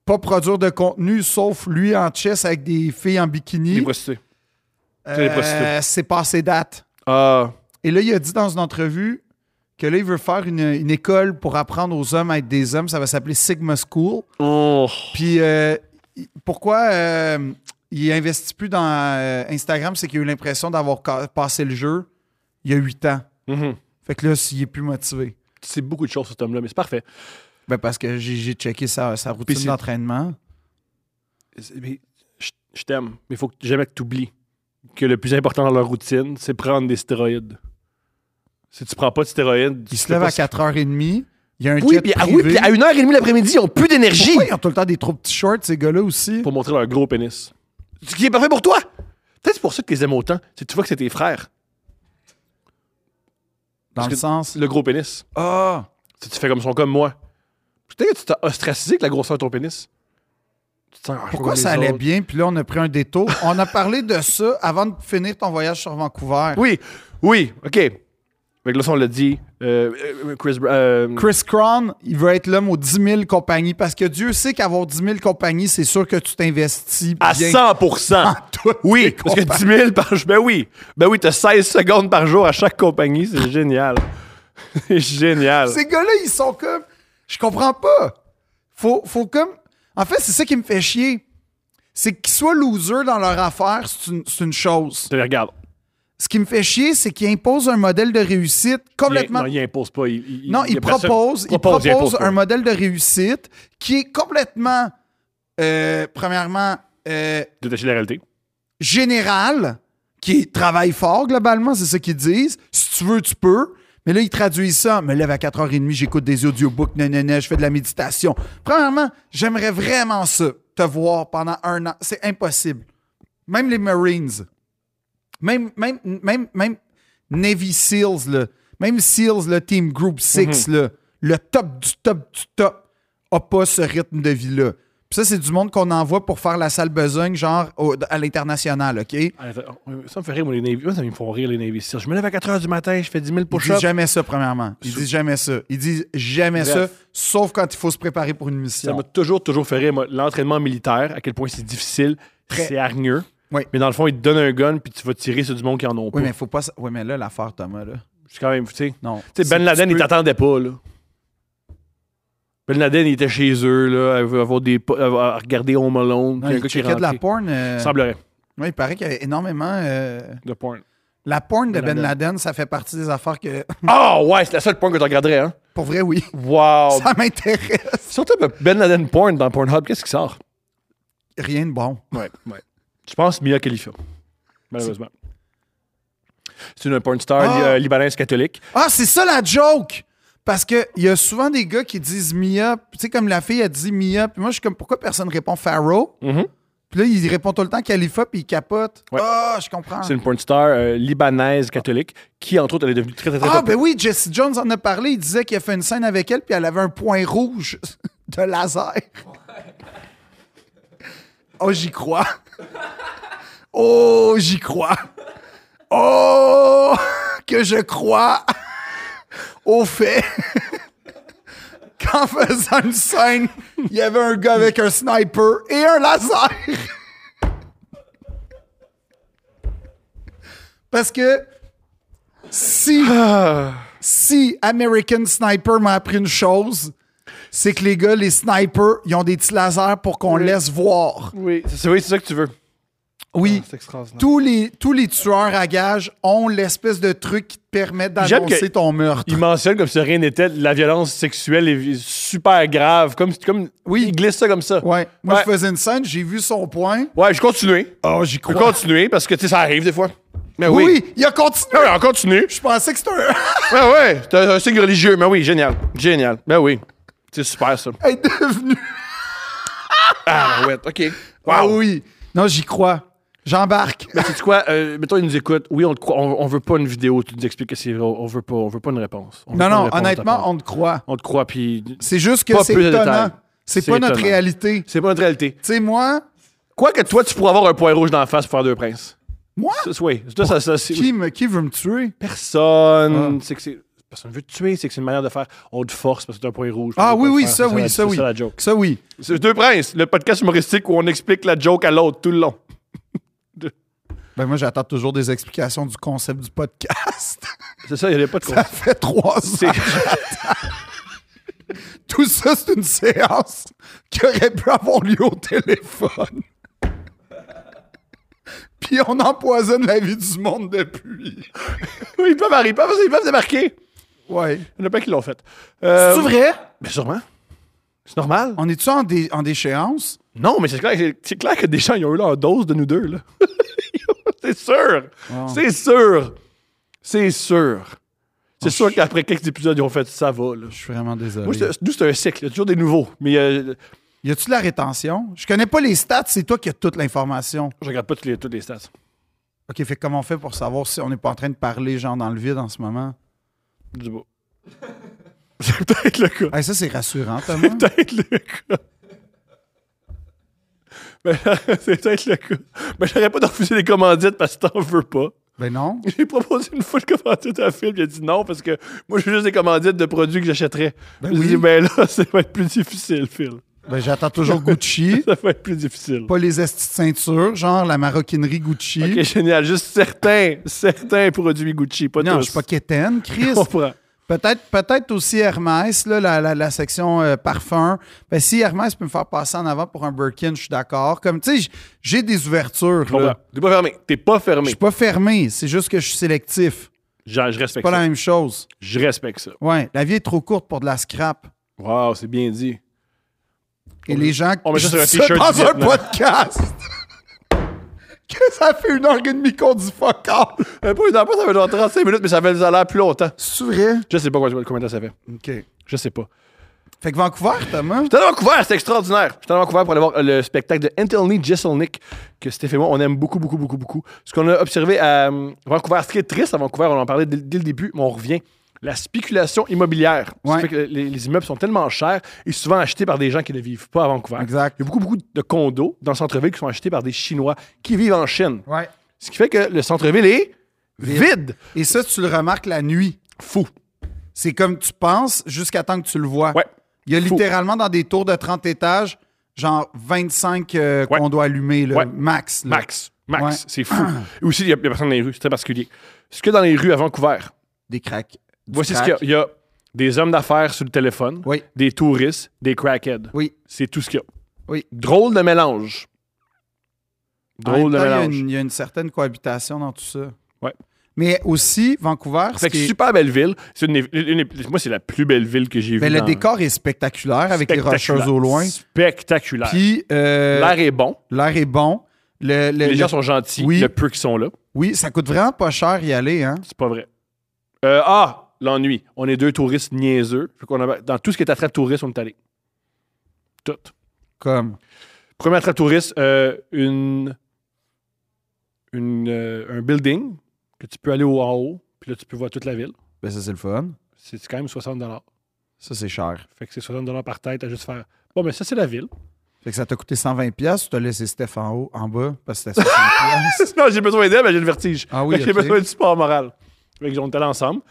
pas produire de contenu sauf lui en chess avec des filles en Les bikini, prostituées. euh, les prostituées. c'est passé date. Ah, Et là il a dit dans une entrevue que là il veut faire une, une école pour apprendre aux hommes à être des hommes, ça va s'appeler Sigma School. oh. Puis euh, il- pourquoi euh, il investit plus dans euh, Instagram, c'est qu'il a eu l'impression d'avoir ca- passé le jeu il y a huit ans. Mhm. Fait que là, s'il est plus motivé. Tu sais beaucoup de choses, cet homme-là, mais c'est parfait. Ben parce que j'ai- j'ai checké sa, sa Puis routine c'est- d'entraînement. C'est- mais je, je t'aime, mais il faut que, jamais que tu oublies que le plus important dans leur routine, c'est prendre des stéroïdes. Si tu prends pas de stéroïdes, tu Ils se fais lèvent pas à ce- 4h30. Il y a un Oui, jet puis, ah privé. oui, puis à 1h30 l'après-midi, ils ont plus d'énergie Pourquoi ils ont tout le temps des trop petits shorts, ces gars-là aussi? pour montrer leur gros pénis. Ce qui est parfait pour toi. Peut-être c'est pour ça que tu les aimes autant. C'est que tu vois que c'est tes frères, Dans parce le que- sens... le gros pénis. Ah! Si tu fais comme ils sont comme moi. Peut-être que tu t'as ostracisé avec la grosseur de ton pénis. Tu te sens, ah, je suis Pourquoi comme ça les allait autres. bien, puis là, on a pris un détour. on a parlé de ça avant de finir ton voyage sur Vancouver. Oui, oui, OK. Avec le son, on l'a dit. Euh, euh, Chris, Bra- euh, Chris Crown, il veut être l'homme aux 10 000 compagnies, parce que Dieu sait qu'avoir 10 000 compagnies, c'est sûr que tu t'investis À bien. 100 toutes les Oui, parce que 10 000 par jour. Ben oui, ben oui, t'as 16 secondes par jour à chaque compagnie. Ah. C'est génial. C'est génial. Ces gars-là, ils sont comme. Je comprends pas. Faut, faut comme. En fait, c'est ça qui me fait chier. C'est qu'ils soient losers dans leur affaire, c'est une, c'est une chose. Tu les regardes. Ce qui me fait chier, c'est qu'ils imposent un modèle de réussite Il- complètement. Non, il impose pas. Il, non, y ils a personne- proposent, ils propose, il impose proposent pas. un modèle de réussite qui est complètement, euh, premièrement, euh, Détaché de la réalité. général qui travaille fort globalement, c'est ça qu'ils disent. Si tu veux, tu peux. Mais là, ils traduisent ça. Me lève à 4h30, j'écoute des audiobooks, nanana, je fais de la méditation. Premièrement, j'aimerais vraiment ça, te voir pendant un an. C'est impossible. Même les Marines, même, même, même, même Navy SEALs, là, même SEALs, le Team Group 6, là, le top du top du top, a pas ce rythme de vie-là. Puis ça, c'est du monde qu'on envoie pour faire la sale besogne, genre au- à l'international, OK? Ah, attends, Ça me fait rire, moi, les Navy. Moi, ça me font rire, les Navy. Je me lève à 4 h du matin, je fais 10 000 Ils disent push-ups. jamais ça, premièrement. Ils disent jamais ça. Ils disent jamais Bref. ça, sauf quand il faut se préparer pour une Ça mission. m'a toujours, toujours fait rire. moi, L'entraînement militaire, à quel point c'est difficile, Très. c'est hargneux. Oui. Mais dans le fond, ils te donnent un gun, puis tu vas tirer sur du monde qui en ont pas. Oui, mais faut pas. s- Oui, mais là, l'affaire, Thomas, là. C'est quand même, tu sais. Non. Tu sais, Ben Si Laden, tu il peux- t'attendait pas, là. Ben Laden, il était chez eux, là, à avoir des, po- à regarder Home Alone. Non, puis un il gars qui est checkait de la rentré. porn. euh, Il semblerait. ouais, il paraît qu'il y avait énormément. euh, De porn. La porn de Ben Ben Laden. ça fait partie des affaires que. Ah, ouais, c'est la seule porn que tu regarderais, hein. Pour vrai, oui. Wow. Ça m'intéresse. Surtout Ben Laden porn dans Pornhub, qu'est-ce qui sort? Rien de bon. Ouais, ouais. Je pense Mia Khalifa. Malheureusement. C'est une porn star Ah! li- euh, libanaise catholique. Ah, c'est ça la joke! Parce qu'il y a souvent des gars qui disent Mia. Tu sais, comme la fille a dit Mia. Puis moi, je suis comme, pourquoi personne répond Pharaoh? Mhm. Puis là, il répond tout le temps Khalifa, puis il capote. Ouais. Ah, je comprends. C'est une porn star euh, libanaise catholique qui, entre autres, elle est devenue très, très, très Ah, populaire. ben oui, Jesse Jones en a parlé. Il disait qu'il a fait une scène avec elle, puis elle avait un point rouge de laser. Oh, j'y crois. Oh, j'y crois. Oh, que je crois au fait qu'en faisant une scène, il y avait un gars avec un sniper et un laser. Parce que si, si American Sniper m'a appris une chose, c'est que les gars, les snipers, ils ont des petits lasers pour qu'on laisse voir. Oui, c'est oui, c'est ça que tu veux. Oui, C'est extraordinaire. tous les, tous les tueurs à gages ont l'espèce de truc qui te permet J'aime que- d'annoncer ton meurtre. Il mentionne comme si rien n'était la violence sexuelle est vi- super grave. Comme, comme, Oui. Il glisse ça comme ça. Ouais. Moi, Ouais. je faisais une scène, j'ai vu son point. Ouais, je continue. Oh, j'y Je continue parce que, tu sais, ça arrive des fois. Mais oui. Oui. il a continué. Ah ouais, on continue. Je pensais que c'était un. Ouais, ouais. C'est un un signe religieux. Mais oui, génial. Génial. Ben oui. C'est super ça. être devenu. Ah, ouais. OK. Ah Wow. oui. Non, j'y crois. J'embarque. Sais-tu quoi? Euh, mettons, ils nous écoutent. Oui, on te croit. On, on veut pas une vidéo. Tu nous expliques que c'est vrai. On veut pas, on veut pas une réponse. On veut Non, pas une non, réponse à honnêtement, part. on te croit. on te croit, puis C'est juste que Pas c'est plus de étonnant. détails. C'est C'est pas notre étonnant. réalité. Tu c'est pas notre réalité. sais, moi, Quoi que toi, tu pourras avoir un point rouge dans la face pour faire deux princes. moi, Ça, c'est- oui. Ça, ça, ça, c'est- qui, me, qui veut me tuer? personne. C'est que c'est. Personne veut te tuer, c'est que c'est une manière de faire. On te force parce que t'as un point rouge. Ah On peut oui, pas oui, le faire. ça, C'est oui, la- ça, oui. C'est ça la joke. Ça, oui. C'est Deux Princes, le podcast humoristique où on explique la joke à l'autre tout le long. Ben, moi, j'attends toujours des explications du concept du podcast. C'est ça, il n'y avait pas de Ça fait trois ans. Tout ça, c'est une séance qui aurait pu avoir lieu au téléphone. Puis on empoisonne la vie du monde depuis. Oui, ils peuvent arriver, ils peuvent, ils peuvent débarquer. Ouais. Il y en a plein qui l'ont fait. Euh, vrai? Mais sûrement. C'est normal. On est-tu en, dé- en déchéance? Non, mais c'est clair, c'est- c'est clair que des gens, ils ont eu leur dose de nous deux, là. c'est sûr. C'est sûr. C'est sûr. C'est sûr qu'après quelques épisodes, ils ont fait ça va, là. Je suis vraiment désolé. Moi, c'est- nous, c'est un cycle. Il y a toujours des nouveaux. Mais euh, y a-tu de la rétention? Je connais pas les stats, c'est toi qui as toute l'information. je regarde pas toutes les, toutes les stats. OK, fait comment on fait pour savoir si on n'est pas en train de parler genre dans le vide en ce moment? Du beau. C'est peut-être le cas. Hey, ça, c'est rassurant, Thomas. peut-être le cas. Mais c'est peut-être le cas. Mais j'aurais pas de refuser les commandites parce que t'en veux pas. ben non. J'ai proposé une fois de commandite à Phil, puis il a dit non parce que moi, j'ai juste des commandites de produits que j'achèterais. Ben je oui. dis, ben là, ça va être plus difficile, Phil. Ben j'attends toujours Gucci. Ça va être plus difficile. pas les estis de ceinture, genre la maroquinerie Gucci. Ok, génial. Juste certains, certains produits Gucci, pas non, tous. je suis pas quétaine, Chris. Je comprends. Peut-être peut aussi Hermès, là, la, la- la section euh, parfum. Ben, si Hermès peut me faire passer en avant pour un Birkin, je suis d'accord. Comme, tu sais, j- j'ai des ouvertures. Je comprends. là. T'es pas fermé. T'es pas Je fermé. suis pas fermé, c'est juste que je suis sélectif. Je, je respecte Pas ça. la même chose. Je respecte ça. Ouais, la vie est trop courte pour de la scrap. Wow, c'est bien dit. Et les gens on met Oh, ça sur un Je dis t-shirt du dans un Vietnam. podcast. que ça fait une heure et demie qu'on dit fuck off. Un peu, dans pas, ça fait genre 35 minutes, mais ça fait ça a l'air plus longtemps. C'est vrai? Je sais pas combien combien de temps ça fait. OK. Je sais pas. Fait que Vancouver, Thomas. J'étais à Vancouver, c'était extraordinaire. J'étais à Vancouver pour aller voir euh, le spectacle de Anthony Jeselnik, que Steph et moi, on aime beaucoup, beaucoup, beaucoup, beaucoup. Ce qu'on a observé à euh, Vancouver, ce qui est triste à Vancouver, on en parlait dès, dès le début, mais on revient. La spéculation immobilière. Ça Ouais. fait que les, les immeubles sont tellement chers et souvent achetés par des gens qui ne vivent pas à Vancouver. Exact. Il y a beaucoup, beaucoup de condos dans le centre-ville qui sont achetés par des Chinois qui vivent en Chine. Ouais. Ce qui fait que le centre-ville est Vide. vide. Et ça, tu le remarques la nuit. Fou. C'est comme tu penses jusqu'à temps que tu le vois. Ouais. Il y a Fou. littéralement dans des tours de 30 étages, genre 25 euh, Ouais. qu'on doit allumer, là, Ouais. max. là. Max. Max. Ouais. Ah. C'est fou. Et aussi, il n'y a, il y a personne dans les rues. C'est très particulier. Ce que dans les rues à Vancouver, Des cracks. Du voici crack. ce qu'il y a. Il y a des hommes d'affaires sur le téléphone, Oui, des touristes, des crackheads. oui. C'est tout ce qu'il y a. Oui. Drôle de mélange. En Drôle de même temps, il y a mélange. une- Il y, a une certaine cohabitation dans tout ça. Ouais. Mais aussi, Vancouver, ce Fait que qui est- super belle ville. C'est une, une- une- moi, c'est la plus belle ville que j'ai vue. ben, le dans- décor est spectaculaire avec les Spectaculaire. rocheuses au loin. Spectaculaire. Puis euh, L'air est bon. l'air est bon. Le- le- Les le- gens sont gentils. oui. Le peu qui sont là. Oui, ça coûte vraiment pas cher y aller. Hein? C'est pas vrai. Euh, ah, l'ennui. On est deux touristes niaiseux. Fait qu'on a- dans tout ce qui est attrape touriste, on est allé. Tout. Comme. Première attrape touriste, euh, une, une, euh, un building que tu peux aller au en haut, puis là, tu peux voir toute la ville. Ben, ça, c'est le fun. C'est c'est quand même 60 Ça, c'est cher. Fait que c'est 60 par tête à juste faire. Bon, mais ça, c'est la ville. Fait que ça t'a coûté 120 pièces, tu t'as laissé Steph en haut, en bas, parce que c'était 60 pièces. non, j'ai besoin d'aide, mais j'ai le vertige. Ah oui, Fait que j'ai ok. besoin du support moral. Fait que on est allés ensemble.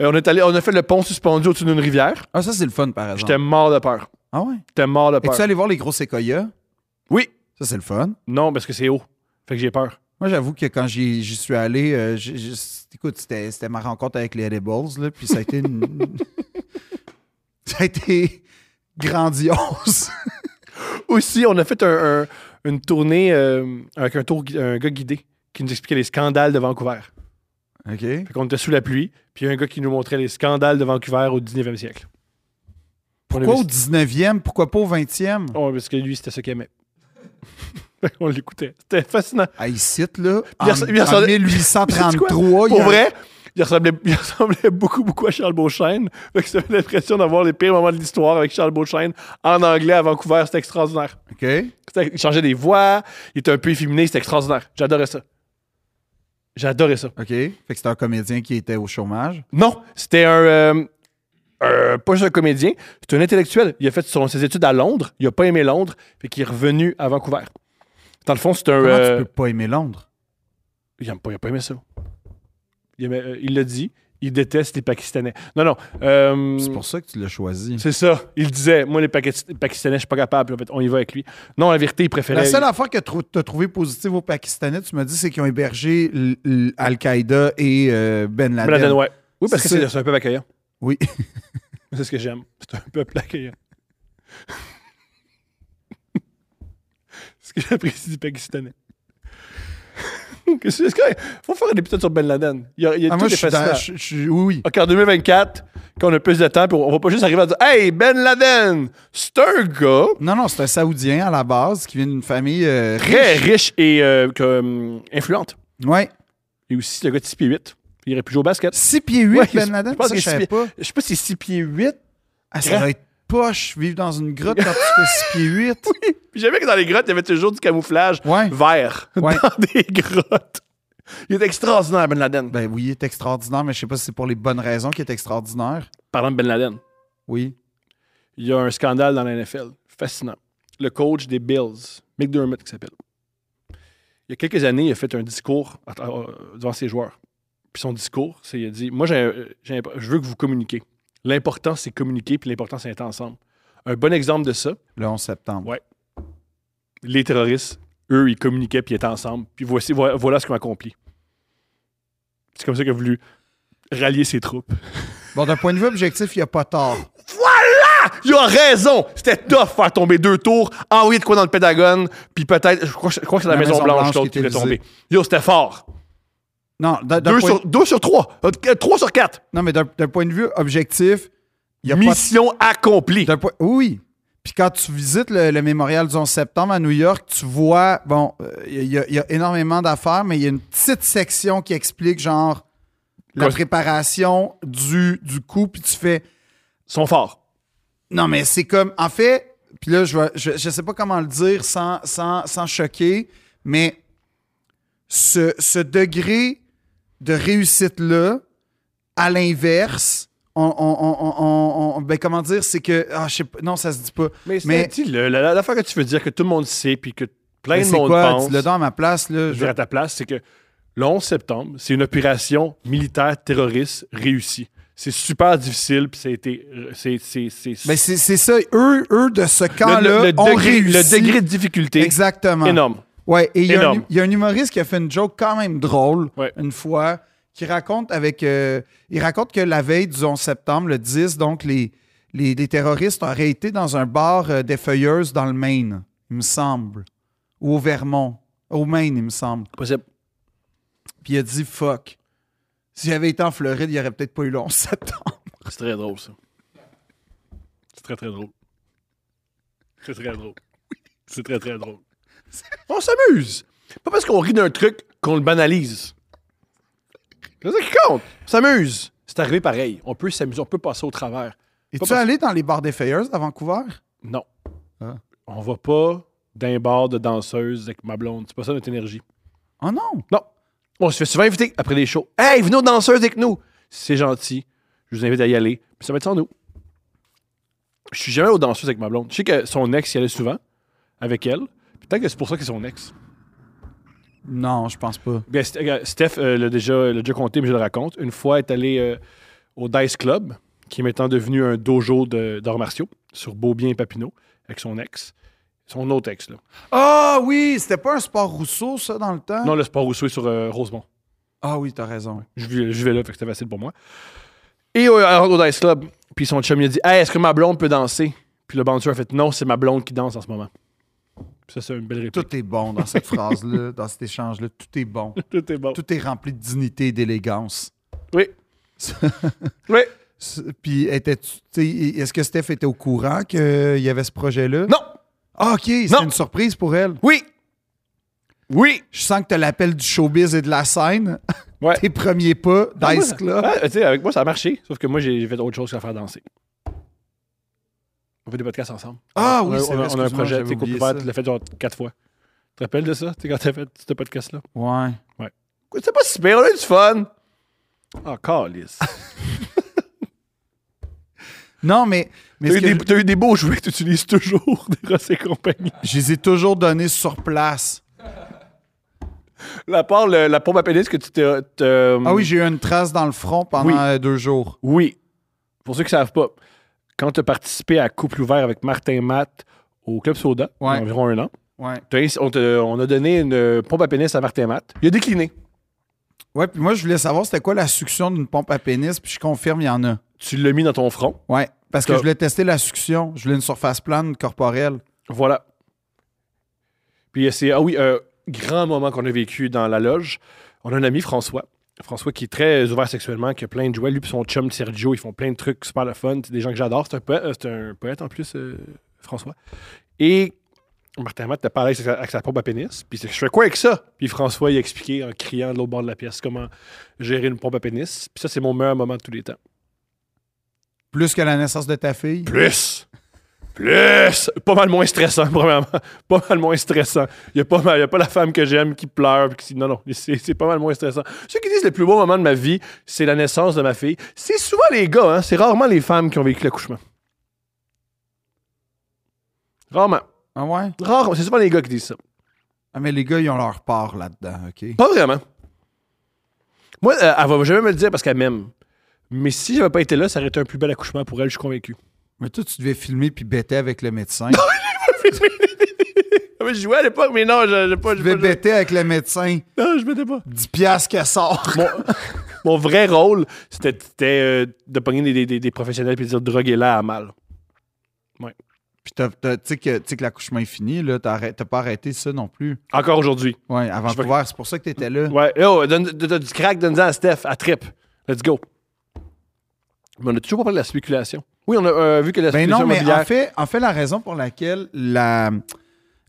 Euh, on, est allé, on a fait le pont suspendu au-dessus d'une rivière. Ah, ça, c'est le fun, par exemple. J'étais mort de peur. Ah ouais? J'étais mort de peur. Es-tu allé voir les gros séquoias? Oui. Ça, c'est le fun. Non, parce que c'est haut. Fait que j'ai peur. Moi, j'avoue que quand j'y j'y suis allé, euh, j'ai- j'ai- écoute, c'était c'était ma rencontre avec les Edibles, là, puis ça a été une... ça a été grandiose. Aussi, on a fait un- un- une tournée euh, avec un, tour, gui- un gars guidé qui nous expliquait les scandales de Vancouver. OK. Fait qu'on était sous la pluie, puis il y a un gars qui nous montrait les scandales de Vancouver au 19e siècle. On a Pourquoi vu- au 19e? Pourquoi pas au 20e? Oh, parce que lui, c'était ce qu'il aimait. Fait qu'on l'écoutait. C'était fascinant. Ah, ici, là, en, Il res- il en ressemblait- C'est quoi? 1833, Oh, il y Pour a- vrai, il ressemblait, il ressemblait beaucoup, beaucoup à Charles Beauchesne. Fait que ça fait l'impression d'avoir les pires moments de l'histoire avec Charles Beauchesne en anglais à Vancouver. C'était extraordinaire. OK. C'était- Il changeait des voix, il était un peu efféminé, c'était extraordinaire. J'adorais ça. J'adorais ça. OK. Fait que c'était un comédien qui était au chômage. Non, c'était un. euh, euh, pas juste un comédien, c'est un intellectuel. Il a fait son- ses études à Londres, il a pas aimé Londres, fait qu'il est revenu à Vancouver. Dans le fond, c'est un. Comment euh, tu peux pas aimer Londres? il, aime pas, il a pas aimé ça. Il aimait- euh, il l'a dit, il déteste les Pakistanais. Non, non. euh, C'est pour ça que tu l'as choisi. c'est ça. Il disait, moi, les Pakis- Pakistanais, je suis pas capable. En fait, on y va avec lui. Non, la vérité, il préférait. La seule affaire que tu as trouvé positive aux Pakistanais, tu m'as dit, c'est qu'ils ont hébergé l- l- Al-Qaïda et euh, Ben Laden. Ben Laden, ouais. Oui, parce que C'est- c'est c'est un peuple accueillant. Oui. C'est ce que j'aime. C'est un peuple accueillant. ce que j'apprécie du Pakistanais. Qu'est-ce que c'est? Faut faire un épisode sur Ben Laden. Il y a, il y a Ah, tout moi, je est suis fascinant. dans- je- je- oui, oui. Ok, en 2024, quand on a plus de temps, puis on va pas juste arriver à dire Hey, Ben Laden, c'est un gars Non, non, c'est un Saoudien à la base qui vient d'une famille euh, très riche. riche et euh, comme, influente. Ouais. Et aussi, c'est un gars de 6 pieds 8. Il aurait pu jouer au basket. 6 pieds 8, Ouais, Ben je- Laden, je pense ça, que je six pieds- savais pas. Je sais pas si 6 pieds 8. Ah, Hein? ça doit être poche, vivre dans une grotte quand tu fais 6 pieds 8. Puis j'aimais que dans les grottes, il y avait toujours du camouflage Ouais. vert Ouais. dans des grottes. Il est extraordinaire, Ben Laden. Ben oui, il est extraordinaire, mais je sais pas si c'est pour les bonnes raisons qu'il est extraordinaire. Parlant de Ben Laden, Oui. il y a un scandale dans la NFL. Fascinant. Le coach des Bills, McDermott, qui s'appelle. Il y a quelques années, il a fait un discours à- à- devant ses joueurs. Puis son discours, c'est il a dit Moi, j'ai un- j'ai un- je veux que vous communiquiez. L'important, c'est communiquer, puis l'important, c'est être ensemble. Un bon exemple de ça, Le 11 septembre. Ouais. les terroristes, eux, ils communiquaient puis ils étaient ensemble. Puis voici, voilà, voilà ce qu'on accompli. C'est comme ça qu'il a voulu rallier ses troupes. Bon, d'un point de vue objectif, il n'y a pas tort. Voilà! Il a raison! C'était tough faire tomber deux tours, envoyer de quoi dans le Pentagone, puis peut-être, je crois, je crois que c'est la, Maison, Blanche, qui l'autre qui était l'a tombé. Yo, c'était fort. Non, d'un d'un Deux point, sur, deux sur trois. Euh, Trois sur quatre. non mais d'un d'un point de vue objectif, il n'y a pas Mission accomplie. D'un point- Oui. Puis quand tu visites le, le mémorial du 11 septembre à New York, tu vois, bon, euh, il y, a- il y a énormément d'affaires, mais il y a une petite section qui explique, genre, la Quoi? préparation du, du coup, puis tu fais. Ils sont forts. Non, mais c'est comme. En fait, puis là, je, vais- je, je sais pas comment le dire sans, sans, sans choquer, mais ce, ce degré de réussite-là, à l'inverse, on, on, on- on- on- on- ben, comment dire, c'est que. Ah, je sais pas. Non, ça se dit pas. Mais Mais- c'est le la, l'affaire que tu veux dire, que tout le monde sait, puis que plein Mais de c'est monde quoi? pense, Dis-le donc à ma place, là. je Je- vais à ta place, c'est que le 11 septembre, c'est une opération militaire terroriste réussie. C'est super difficile, puis ça a été... euh, C'est, c'est, c'est, Ben, c'est c'est ça. Eux, eux de ce le, le- camp-là, le ont degré, le réussi. degré de difficulté Exactement. énorme. Ouais, et il y, a un Énorme. hu- il y a un humoriste qui a fait une joke quand même drôle Ouais. une fois, qui raconte avec. euh, il raconte que la veille du 11 septembre, le 10, donc les, les, les terroristes auraient été dans un bar euh, des feuilleuses dans le Maine, il me semble. Ou au Vermont. Au Maine, il me semble. Possible. Puis il a dit fuck. Si j'avais été en Floride, il n'y aurait peut-être pas eu le 11 septembre. C'est très drôle, ça. C'est très, très drôle. C'est très drôle. C'est très, très drôle. On s'amuse. Pas parce qu'on rit d'un truc qu'on le banalise. C'est ça qui compte. On s'amuse. C'est arrivé pareil. On peut s'amuser, on peut passer au travers. Es-tu parce- allé dans les bars des feuilleuses à Vancouver? Non. Ah. On va pas d'un bar de danseuse avec ma blonde. C'est pas ça notre énergie. Oh non! Non. On se fait souvent inviter après les shows. Hey, venez aux danseuses avec nous. C'est gentil. Je vous invite à y aller. Puis ça va être sans nous. Je suis jamais aux danseuses avec ma blonde. Je sais que son ex y allait souvent avec elle. Puis Peut-être que c'est pour ça que c'est son ex. Non, je pense pas. Bien, Ste- euh, Steph euh, l'a déjà, l'a déjà compté, mais je le raconte. Une fois, elle est allée euh, au Dice Club, qui est maintenant devenu un dojo de- d'arts martiaux, sur Beaubien et Papineau, avec son ex. Son autre ex, là. Ah oui! C'était pas un sport Rousseau, ça, dans le temps? Non, le sport rousseau est sur euh, Rosemont. Ah oui, t'as raison. Je, vis- je vais là, fait que c'était facile pour moi. Et au, au Dice Club, puis son chum il a dit Hey, est-ce que ma blonde peut danser Puis le banditeur a fait Non, c'est ma blonde qui danse en ce moment. Puis ça, c'est une belle réplique. Tout est bon dans cette phrase-là, dans cet échange-là. Tout est bon. Tout, est bon. Tout est rempli de dignité et d'élégance. Oui. oui. C'est- Puis, étais-tu- tu sais, est-ce que Steph était au courant qu'il y avait ce projet-là? Non. Ah, OK, c'est Non. une surprise pour elle. Oui. Oui. Je sens que tu l'appel du showbiz et de la scène. Ouais. Tes premiers pas, Dice Club. Ah, tu sais, avec moi, ça a marché. Sauf que moi, j'ai j'ai fait autre chose que la faire danser. On fait des podcasts ensemble. Ah On a- oui, on c'est a, vrai, on a un excuse-moi, projet, j'avais tu sais, oublié Coupe ça. ouverte, tu l'as fait genre quatre fois. Tu te rappelles de ça? Tu sais, quand t'as fait ce podcast-là? Ouais. C'est pas super, on a eu du fun. Ah, calice. Non, mais, mais T'as ce eu, que des- t'as eu des beaux jouets que tu utilises toujours des Ross et compagnie. je, je les ai toujours donnés sur place. La part le- la pompe à pénis que tu t'es. t'as- Ah oui, j'ai eu une trace dans le front pendant Mm. Oui. euh, deux jours. Oui. Pour ceux qui savent pas, quand tu as participé à Couple ouvert avec Martin Matt au Club Soda, Ouais. il y a environ un an, Ouais. t'as ins- on, t'a- on a donné une euh, pompe à pénis à Martin Matt. Il a décliné. Ouais, puis moi, je voulais savoir c'était quoi la succion d'une pompe à pénis, puis je confirme, il y en a. Tu l'as mis dans ton front. Ouais, parce que T'as- je voulais tester la succion. Je voulais une surface plane corporelle. Voilà. Puis euh, c'est, ah oui, un grand moment qu'on a vécu dans la loge. On a un ami, François. François qui est très euh, ouvert sexuellement, qui a plein de jouets. Lui et son chum Sergio, ils font plein de trucs super le fun. C'est des gens que j'adore. C'est un poète, euh, c'est un poète en plus, euh, François. Et Martin Matt t'a parlé avec sa, avec sa pompe à pénis. Puis c'est, je fais quoi avec ça? Puis François, il a expliqué en criant de l'autre bord de la pièce comment gérer une pompe à pénis. Puis ça, c'est mon meilleur moment de tous les temps. Plus que la naissance de ta fille. Plus! Plus! Pas mal moins stressant, premièrement. Pas mal moins stressant. Il n'y a, pas mal- y a pas la femme que j'aime qui pleure. puis qui, non, non, c'est c'est pas mal moins stressant. Ceux qui disent le plus beau moment de ma vie, c'est la naissance de ma fille. C'est souvent les gars, hein? c'est rarement les femmes qui ont vécu l'accouchement. Rarement. Ah ouais? Rarement. C'est souvent les gars qui disent ça. Ah, mais les gars, ils ont leur part là-dedans, OK? Pas vraiment. Moi, euh, elle va jamais me le dire parce qu'elle m'aime. Mais si j'avais pas été là, ça aurait été un plus bel accouchement pour elle, je suis convaincu. Mais toi, tu devais filmer puis bêter avec le médecin. Ah, mais Je jouais à l'époque, mais non, je, je, pas, tu je, devais pas, bêter avec le médecin. je, non, je mettais pas. 10 piastres qu'elle sort. mon, mon vrai rôle, c'était c'était, euh, de pogner des, des- des- des professionnels et de dire droguez-la à mal. Puis t'as- t'as- tu sais que, tu sais que l'accouchement est fini, là. T'as arrêt- t'as pas arrêté ça non plus. Encore aujourd'hui. Ouais, à Vancouver, c'est pour ça que t'étais là. Ouais, yo, donne, donne- donne du crack, donne-en à Steph, à Trip. Let's go. Mais on a toujours pas parlé de la spéculation. Oui, on a euh, vu que la Ben non, mais en immobilière- fait, en fait, la raison pour laquelle la,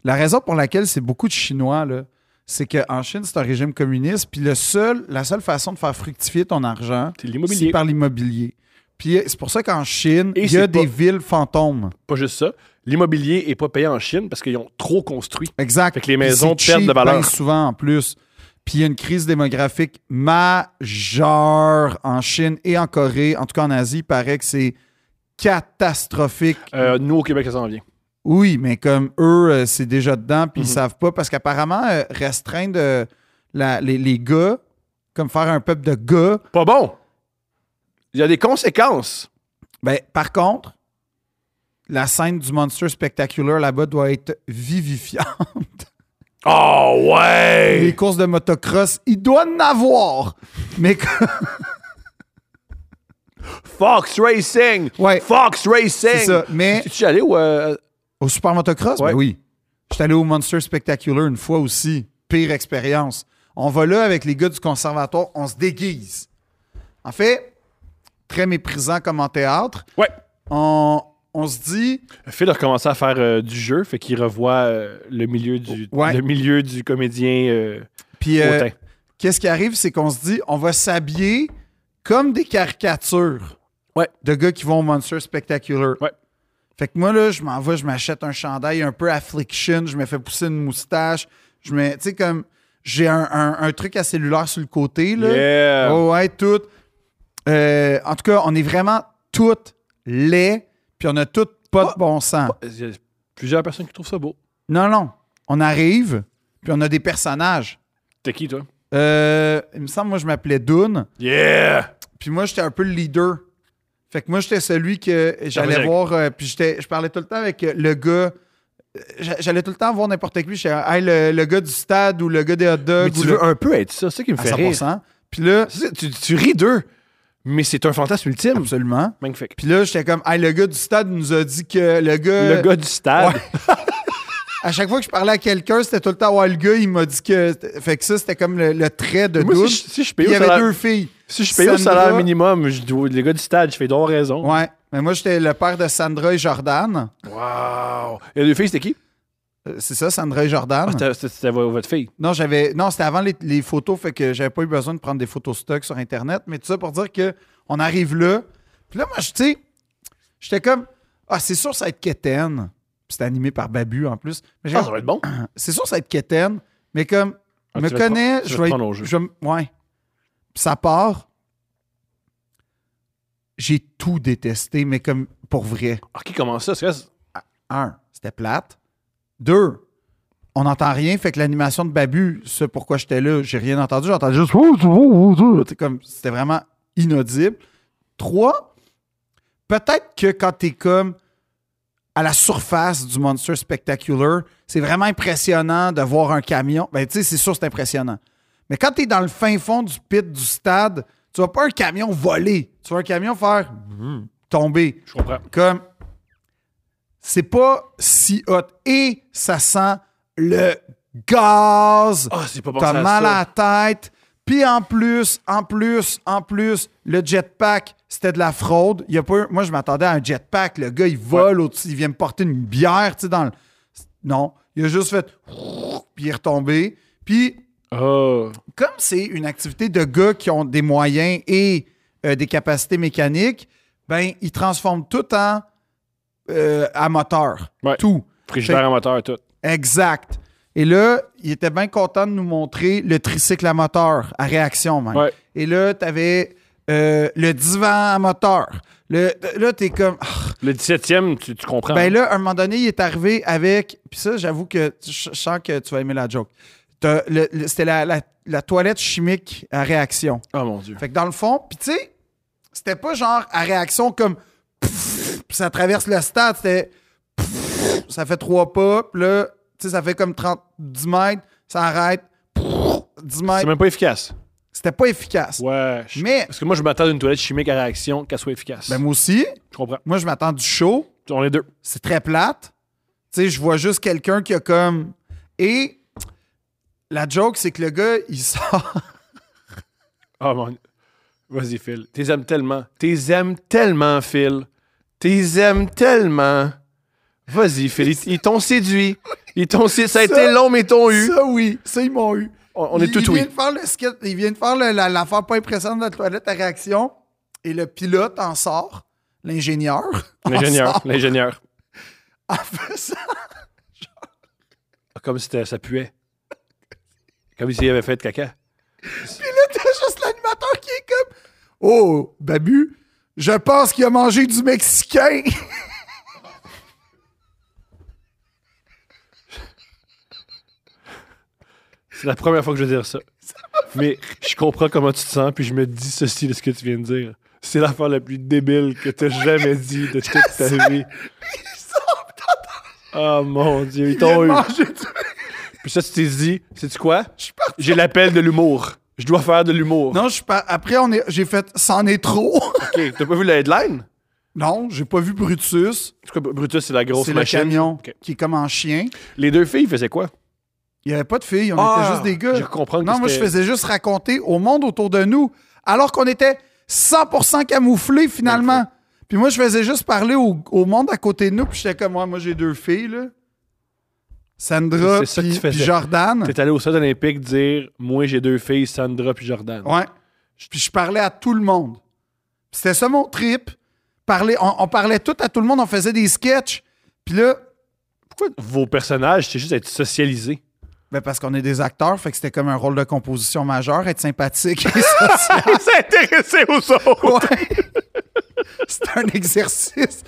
la raison pour laquelle c'est beaucoup de Chinois, là, c'est qu'en Chine, c'est un régime communiste, puis le seul, la seule façon de faire fructifier ton argent, c'est c'est l'immobilier. par l'immobilier. Puis euh, c'est pour ça qu'en Chine, Et il y a c'est des pas- villes fantômes. Pas juste ça. L'immobilier est pas payé en Chine parce qu'ils ont trop construit. Exact. Fait que les Puis maisons c'est perdent de cheap, valeur. ben, souvent en plus. Puis il y a une crise démographique majeure en Chine et en Corée, en tout cas en Asie, il paraît que c'est catastrophique. Euh, nous, au Québec, ça s'en vient. Oui, mais comme eux, euh, c'est déjà dedans, puis ils Mhm. savent pas, parce qu'apparemment, euh, restreindre euh, la- les, les gars, comme faire un peuple de gars, Pas bon! Il y a des conséquences. ben, par contre, la scène du Monster Spectacular là-bas doit être vivifiante. Oh, ouais! Les courses de motocross, il doit en avoir. Mais que- Fox Racing! Ouais. Fox Racing! c'est ça. Mais Tu es allé au. euh, au Super Motocross, ben Ouais. oui. J'étais allé au Monster Spectacular une fois aussi. Pire expérience. On va là avec les gars du conservatoire, on se déguise. En fait, très méprisant comme en théâtre. Ouais. on, on se dit, Phil a recommencé à faire euh, du jeu, fait qu'il revoit euh, le, milieu du, Ouais. le milieu du comédien euh, puis euh, hautain. qu'est-ce qui arrive, c'est qu'on se dit, on va s'habiller comme des caricatures Ouais. de gars qui vont au Monster Spectacular. Ouais. Fait que moi, là, je m'en vais, je m'achète un chandail un peu affliction, je me fais pousser une moustache, je me. Tu sais, comme, j'ai un, un- un truc à cellulaire sur le côté, là. Yeah! Oh ouais, tout. Euh, en tout cas, on est vraiment toutes laids, puis on a toutes pas de bon sens. Il y a plusieurs personnes qui trouvent ça beau. Non, non. On arrive, puis on a des personnages. T'es qui, toi? Euh, il me semble, moi, je m'appelais Dune. Yeah! Puis moi, j'étais un peu le leader. Fait que moi, j'étais celui que vas-y j'allais avec- voir. euh, puis j'étais- je parlais tout le temps avec euh, le gars. Euh, j'a- J'allais tout le temps voir n'importe qui. J'étais hey, le, le gars du stade ou le gars des hot Mais dogs. tu ou veux le- un peu être ça, c'est ça qui me Euh, À fait rire. 100 Puis là, C'est ça, Tu, tu ris d'eux, mais c'est un fantasme ultime. absolument. Magnifique. Puis là, j'étais comme, hey, le gars du stade nous a dit que le gars. Le gars du stade. À chaque fois que je parlais à quelqu'un, c'était tout le temps, ouais, le gars, il m'a dit que. Fait que ça, c'était comme le, le trait de Moi, Dune. si, je- si je paye Puis il y au avait salaire, deux filles. si je paye au Sandra- salaire minimum, je dis, les gars du stade, je fais donc raison. Ouais. Mais moi, j'étais le père de Sandra et Jordan. Wow! Et les filles, c'était qui? Euh, C'est ça, Sandra et Jordan. Ah, c'était- c'était c'était vo- votre fille. non, j'avais. Non, c'était avant les, les photos, fait que j'avais pas eu besoin de prendre des photos stock sur Internet. Mais tout ça pour dire que on arrive là. Puis là, moi, je- tu sais, j'étais comme Ah, c'est sûr ça va être quétaine. Puis c'était animé par Babu en plus. Mais j'ai Ah, comme, ça va être bon. c'est sûr ça va être quétaine, mais comme Ah, me tu vas te connais, prendre- tu je vas te vais prendre être- au jeu. je vais me- ouais. Puis ça part. J'ai tout détesté, mais comme pour vrai. Ah, qui commence ça? C'est vrai, c'est- Un, c'était plate. Deux, on n'entend rien, fait que l'animation de Babu, ce pourquoi j'étais là, j'ai rien entendu, j'entendais juste Ouh, ouh, ouh, ouh C'est comme c'était vraiment inaudible. Trois, peut-être que quand t'es comme à la surface du Monster Spectacular, c'est vraiment impressionnant de voir un camion. Ben tu sais, c'est sûr c'est impressionnant. Mais quand t'es dans le fin fond du pit du stade, tu vois pas un camion voler, tu vois un camion faire hmm, tomber Je comprends. comme c'est pas si hot et ça sent le gaz. Ah, c'est pas bon T'as ça, mal ça. à la tête. Puis en plus, en plus, en plus, le jetpack, c'était de la fraude. Il y a pas eu- Moi, je m'attendais à un jetpack. Le gars, il vole au-dessus, il vient me porter une bière, tu sais, dans le. Non. Il a juste fait. Puis il est retombé. Puis Oh. comme c'est une activité de gars qui ont des moyens et euh, des capacités mécaniques, ben ils transforment tout en euh, à moteur. Ouais. Tout. Frigidaire Fait- à moteur, tout. Exact. Et là, il était bien content de nous montrer le tricycle à moteur, à réaction même. Ouais. Et là, t'avais euh, le divan à moteur. Le, là, t'es comme... Ah, Le 17e, tu, tu comprends. hein? ben là, à un moment donné, il est arrivé avec. Puis ça, j'avoue que je je sens que tu vas aimer la joke. T'as le- le- C'était la, la- la toilette chimique à réaction. oh mon Dieu. Fait que dans le fond, puis tu sais, c'était pas genre à réaction comme. pfff, puis ça traverse le stade. C'était. pfff, ça fait trois pas. Puis là, tu sais, ça fait comme 30, 10 mètres. Ça arrête. pfff, 10 C'est mètres. même pas efficace. C'était pas efficace. Ouais. je- Mais- Parce que moi, je m'attends à une toilette chimique à réaction qu'elle soit efficace. Ben moi aussi, je comprends. moi, je m'attends du show. On est deux. c'est très plate. Tu sais, je vois juste quelqu'un qui a comme. Et la joke, c'est que le gars, il sort. Ah, Oh mon Vas-y, Phil. T'es aimes tellement. T'es aimes tellement, Phil. T'es aimes tellement. Vas-y, Félix, ils t'ont séduit. Ils t'ont sé- Ça a Ça- été long, mais ils t'ont eu. Ça, oui. Ça, ils m'ont eu. On, on est Il- tout il oui. vient de faire le skit, il vient de faire le- la- l'affaire pas impressionnante de la toilette à réaction et le pilote en sort, l'ingénieur. en L'ingénieur, sort l'ingénieur. En faisant Comme c'était, ça puait. Comme s'il avait fait de caca. T'as juste l'animateur qui est comme Oh, Babu, je pense qu'il a mangé du Mexicain. C'est la première fois que je veux dire ça. Mais je comprends comment tu te sens, puis je me dis ceci de ce que tu viens de dire. C'est l'affaire la plus débile que tu jamais dit de toute ta vie. Oh mon Dieu, ils Il a t'ont eu. mangé du- Puis ça, tu t'es dit, sais-tu quoi? Je suis parti. J'ai l'appel de l'humour. Je dois faire de l'humour. Non, je suis pas. Après, on est... j'ai fait C'en est trop. OK, t'as pas vu la headline? non, j'ai pas vu Brutus. En tout cas, Brutus, c'est la grosse C'est le machine. camion Hein. Ok. qui est comme en chien. Les deux filles faisaient quoi? Il n'y avait pas de filles, on était Ah, juste des gars. je comprends que Non, moi, je c'était- faisais juste raconter au monde autour de nous, alors qu'on était 100% camouflés, finalement. Puis moi, je faisais juste parler au, au monde à côté de nous, puis j'étais comme, ouais, moi, j'ai deux filles, là. Sandra C'est ça que puis tu faisais. puis Jordan. T'es allé au stade olympique dire, moi, j'ai deux filles, Sandra puis Jordan. Ouais. Puis je parlais à tout le monde. C'était ça mon trip. Parler, on, on parlait tout à tout le monde, on faisait des sketchs. Puis là, Pourquoi vos personnages, c'est juste être socialisés? ben parce qu'on est des acteurs, fait que c'était comme un rôle de composition majeur, être sympathique et social. S'intéresser aux autres! Ouais. C'est un exercice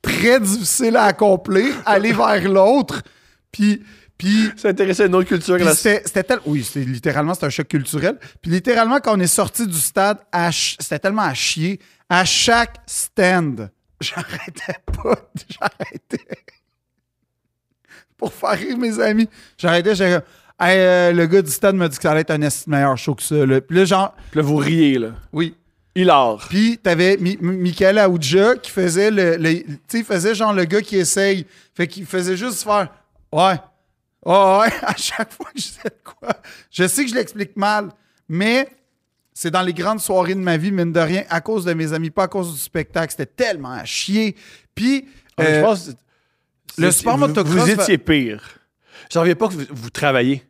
très difficile à accomplir, aller vers l'autre, puis puis S'intéresser à une autre culture. puis la- c'était c'était tel oui, c'est littéralement c'est un choc culturel. Puis littéralement quand on est sorti du stade, à ch- c'était tellement à chier à chaque stand. J'arrêtais pas, j'arrêtais. Pour faire rire mes amis, j'arrêtais, j'étais comme, Hey, euh, le gars du stade m'a dit que ça allait être un esti de meilleur show que ça. là. Puis là, genre, Puis là, vous riez, là. oui, Hilar. puis t'avais Mi- Mi- Michael Aoudja qui faisait le, le- tu sais, il faisait genre le gars qui essaye. Fait qu'il faisait juste faire Ouais. Ouais, ouais, à chaque fois que je disais de quoi. Je sais que je l'explique mal, mais c'est dans les grandes soirées de ma vie, mine de rien, à cause de mes amis, pas à cause du spectacle. C'était tellement à chier. Puis Ah, mais euh, je pense que c'est- le c'est- sport vous- motocross Vous va- étiez pire. J'en reviens pas que vous, vous travaillez,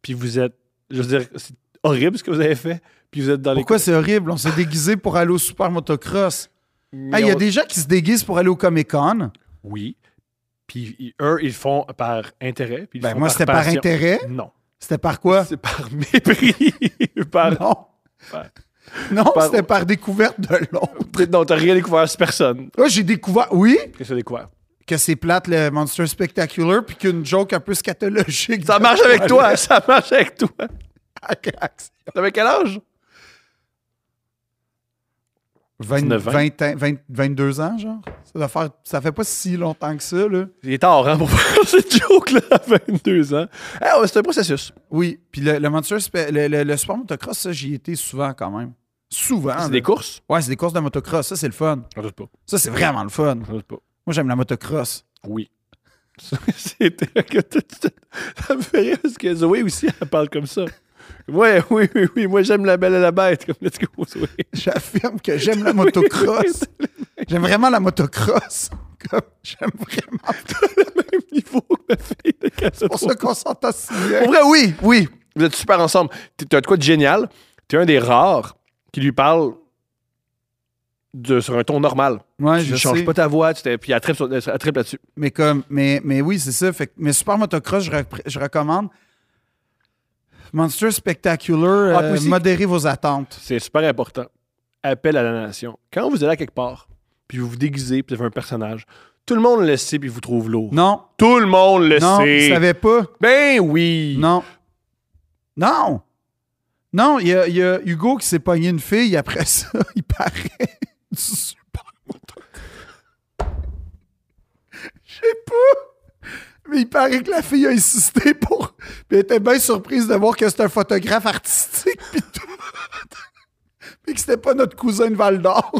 puis vous êtes. Je veux dire, c'est horrible ce que vous avez fait, puis vous êtes dans pourquoi les. c'est horrible? On s'est déguisé pour aller au Super Motocross. Mais Ah, Il y a on- des gens qui se déguisent pour aller au Comic Con. Oui. Puis ils- eux, ils le font par intérêt. Puis ils le Ben, font moi, c'était par passion. intérêt. Non. C'était par quoi? C'est par mépris. par... Non. Ouais. Non, Par- c'était par découverte de l'autre. Non, t'as rien découvert, c'est personne. Là, j'ai découvert, oui, Qu'est-ce que t'as découvert? que c'est plate le Monster Spectacular, puis qu'une joke un peu scatologique. Ça de marche avec toi, toilette ça marche avec toi. à réaction. T'avais quel âge? 20, 19 ans. 20, 20, 22 ans, genre. Ça, doit faire, ça fait pas si longtemps que ça, là. Il est tard, hein, pour faire cette joke-là à 22 ans. Ah, ouais, c'est un processus. Oui, puis le, le Monster Spe- le, le- le sport motocross, ça, j'y étais souvent quand même. Souvent. c'est là. des courses? Ouais, c'est des courses de motocross, ça, c'est le fun. J'en doute pas. Ça, c'est vraiment le fun. J'en doute pas. Moi, j'aime la motocross. Oui. C'était que tu- tu- ça me fait rire parce que Zoé aussi, elle parle comme ça. Ouais, oui, oui, oui. Moi, j'aime la belle et la bête. Comme, let's go, Zoé. J'affirme que j'aime la motocross. J'aime vraiment la motocross. Comme, J'aime vraiment. Même niveau que ma fille de cassette. Pour ça qu'on s'entend si bien. Pour vrai, oui, oui. Vous êtes super ensemble. T'es- T'as de quoi de génial. T'es un des rares qui lui parle de, sur un ton normal. Ouais, tu je changes sais. pas ta voix. Tu t'es- puis elle tripe, sur- elle tripe là-dessus. Mais comme, mais, mais oui, c'est ça. Fait que, mais Super Motocross, je, repr- je recommande. Monster Spectacular, Ah, euh, puis aussi- modérez vos attentes. C'est super important. Appel à la nation. Quand vous allez à quelque part, puis vous vous déguisez, puis vous avez un personnage, tout le monde le sait, puis vous trouve lourd. Non, Tout le monde le non, sait. vous savez pas. Ben oui. Non. Non! Non, il y a, il y a Hugo qui s'est pogné une fille après ça, il paraît. Du super motocross. Je sais pas! Mais il paraît que la fille a insisté pour. Puis elle était bien surprise de voir que c'était un photographe artistique, puis tout. Puis que c'était pas notre cousin de Val d'Or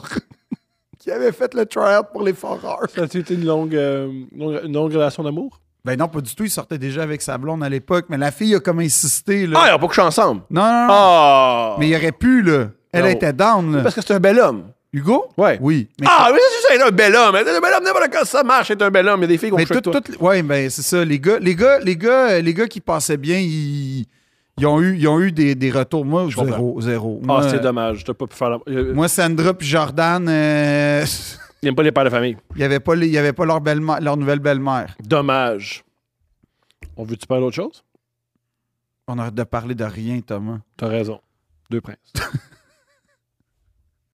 qui avait fait le try-out pour les Foreurs. Ça a été une longue, euh, longue- une longue relation d'amour? Ben non, pas du tout, il sortait déjà avec sa blonde à l'époque, mais la fille a comme insisté, là. Ah, ils n'ont pas couché ensemble. Non, non, non. Ah! Mais il aurait pu, là. Elle Non. était down, là. Parce que c'est un bel homme. Hugo? Ouais. Oui. Mais, Ah, mais c'est ça, c'est un bel homme. Un bel homme, n'importe quoi, ça marche, c'est un bel homme. Il y a des filles qui ont mais couché tout, avec toi. tout- ouais, ben, c'est ça. Les gars, les gars, les gars, euh, les gars qui passaient bien, ils, ils ont eu, ils ont eu des, des retours. Moi, comprends. zéro, zéro. Ah, Moi, c'est euh, dommage. T'as pas pu faire la... Euh, moi, Sandra puis Jordan, euh, Il aime pas les pères de famille. il n'y avait pas, les- il y avait pas leur, belle leur nouvelle belle-mère. Dommage. On veut-tu parler d'autre chose? On arrête de parler de rien, Thomas. T'as raison. Deux princes.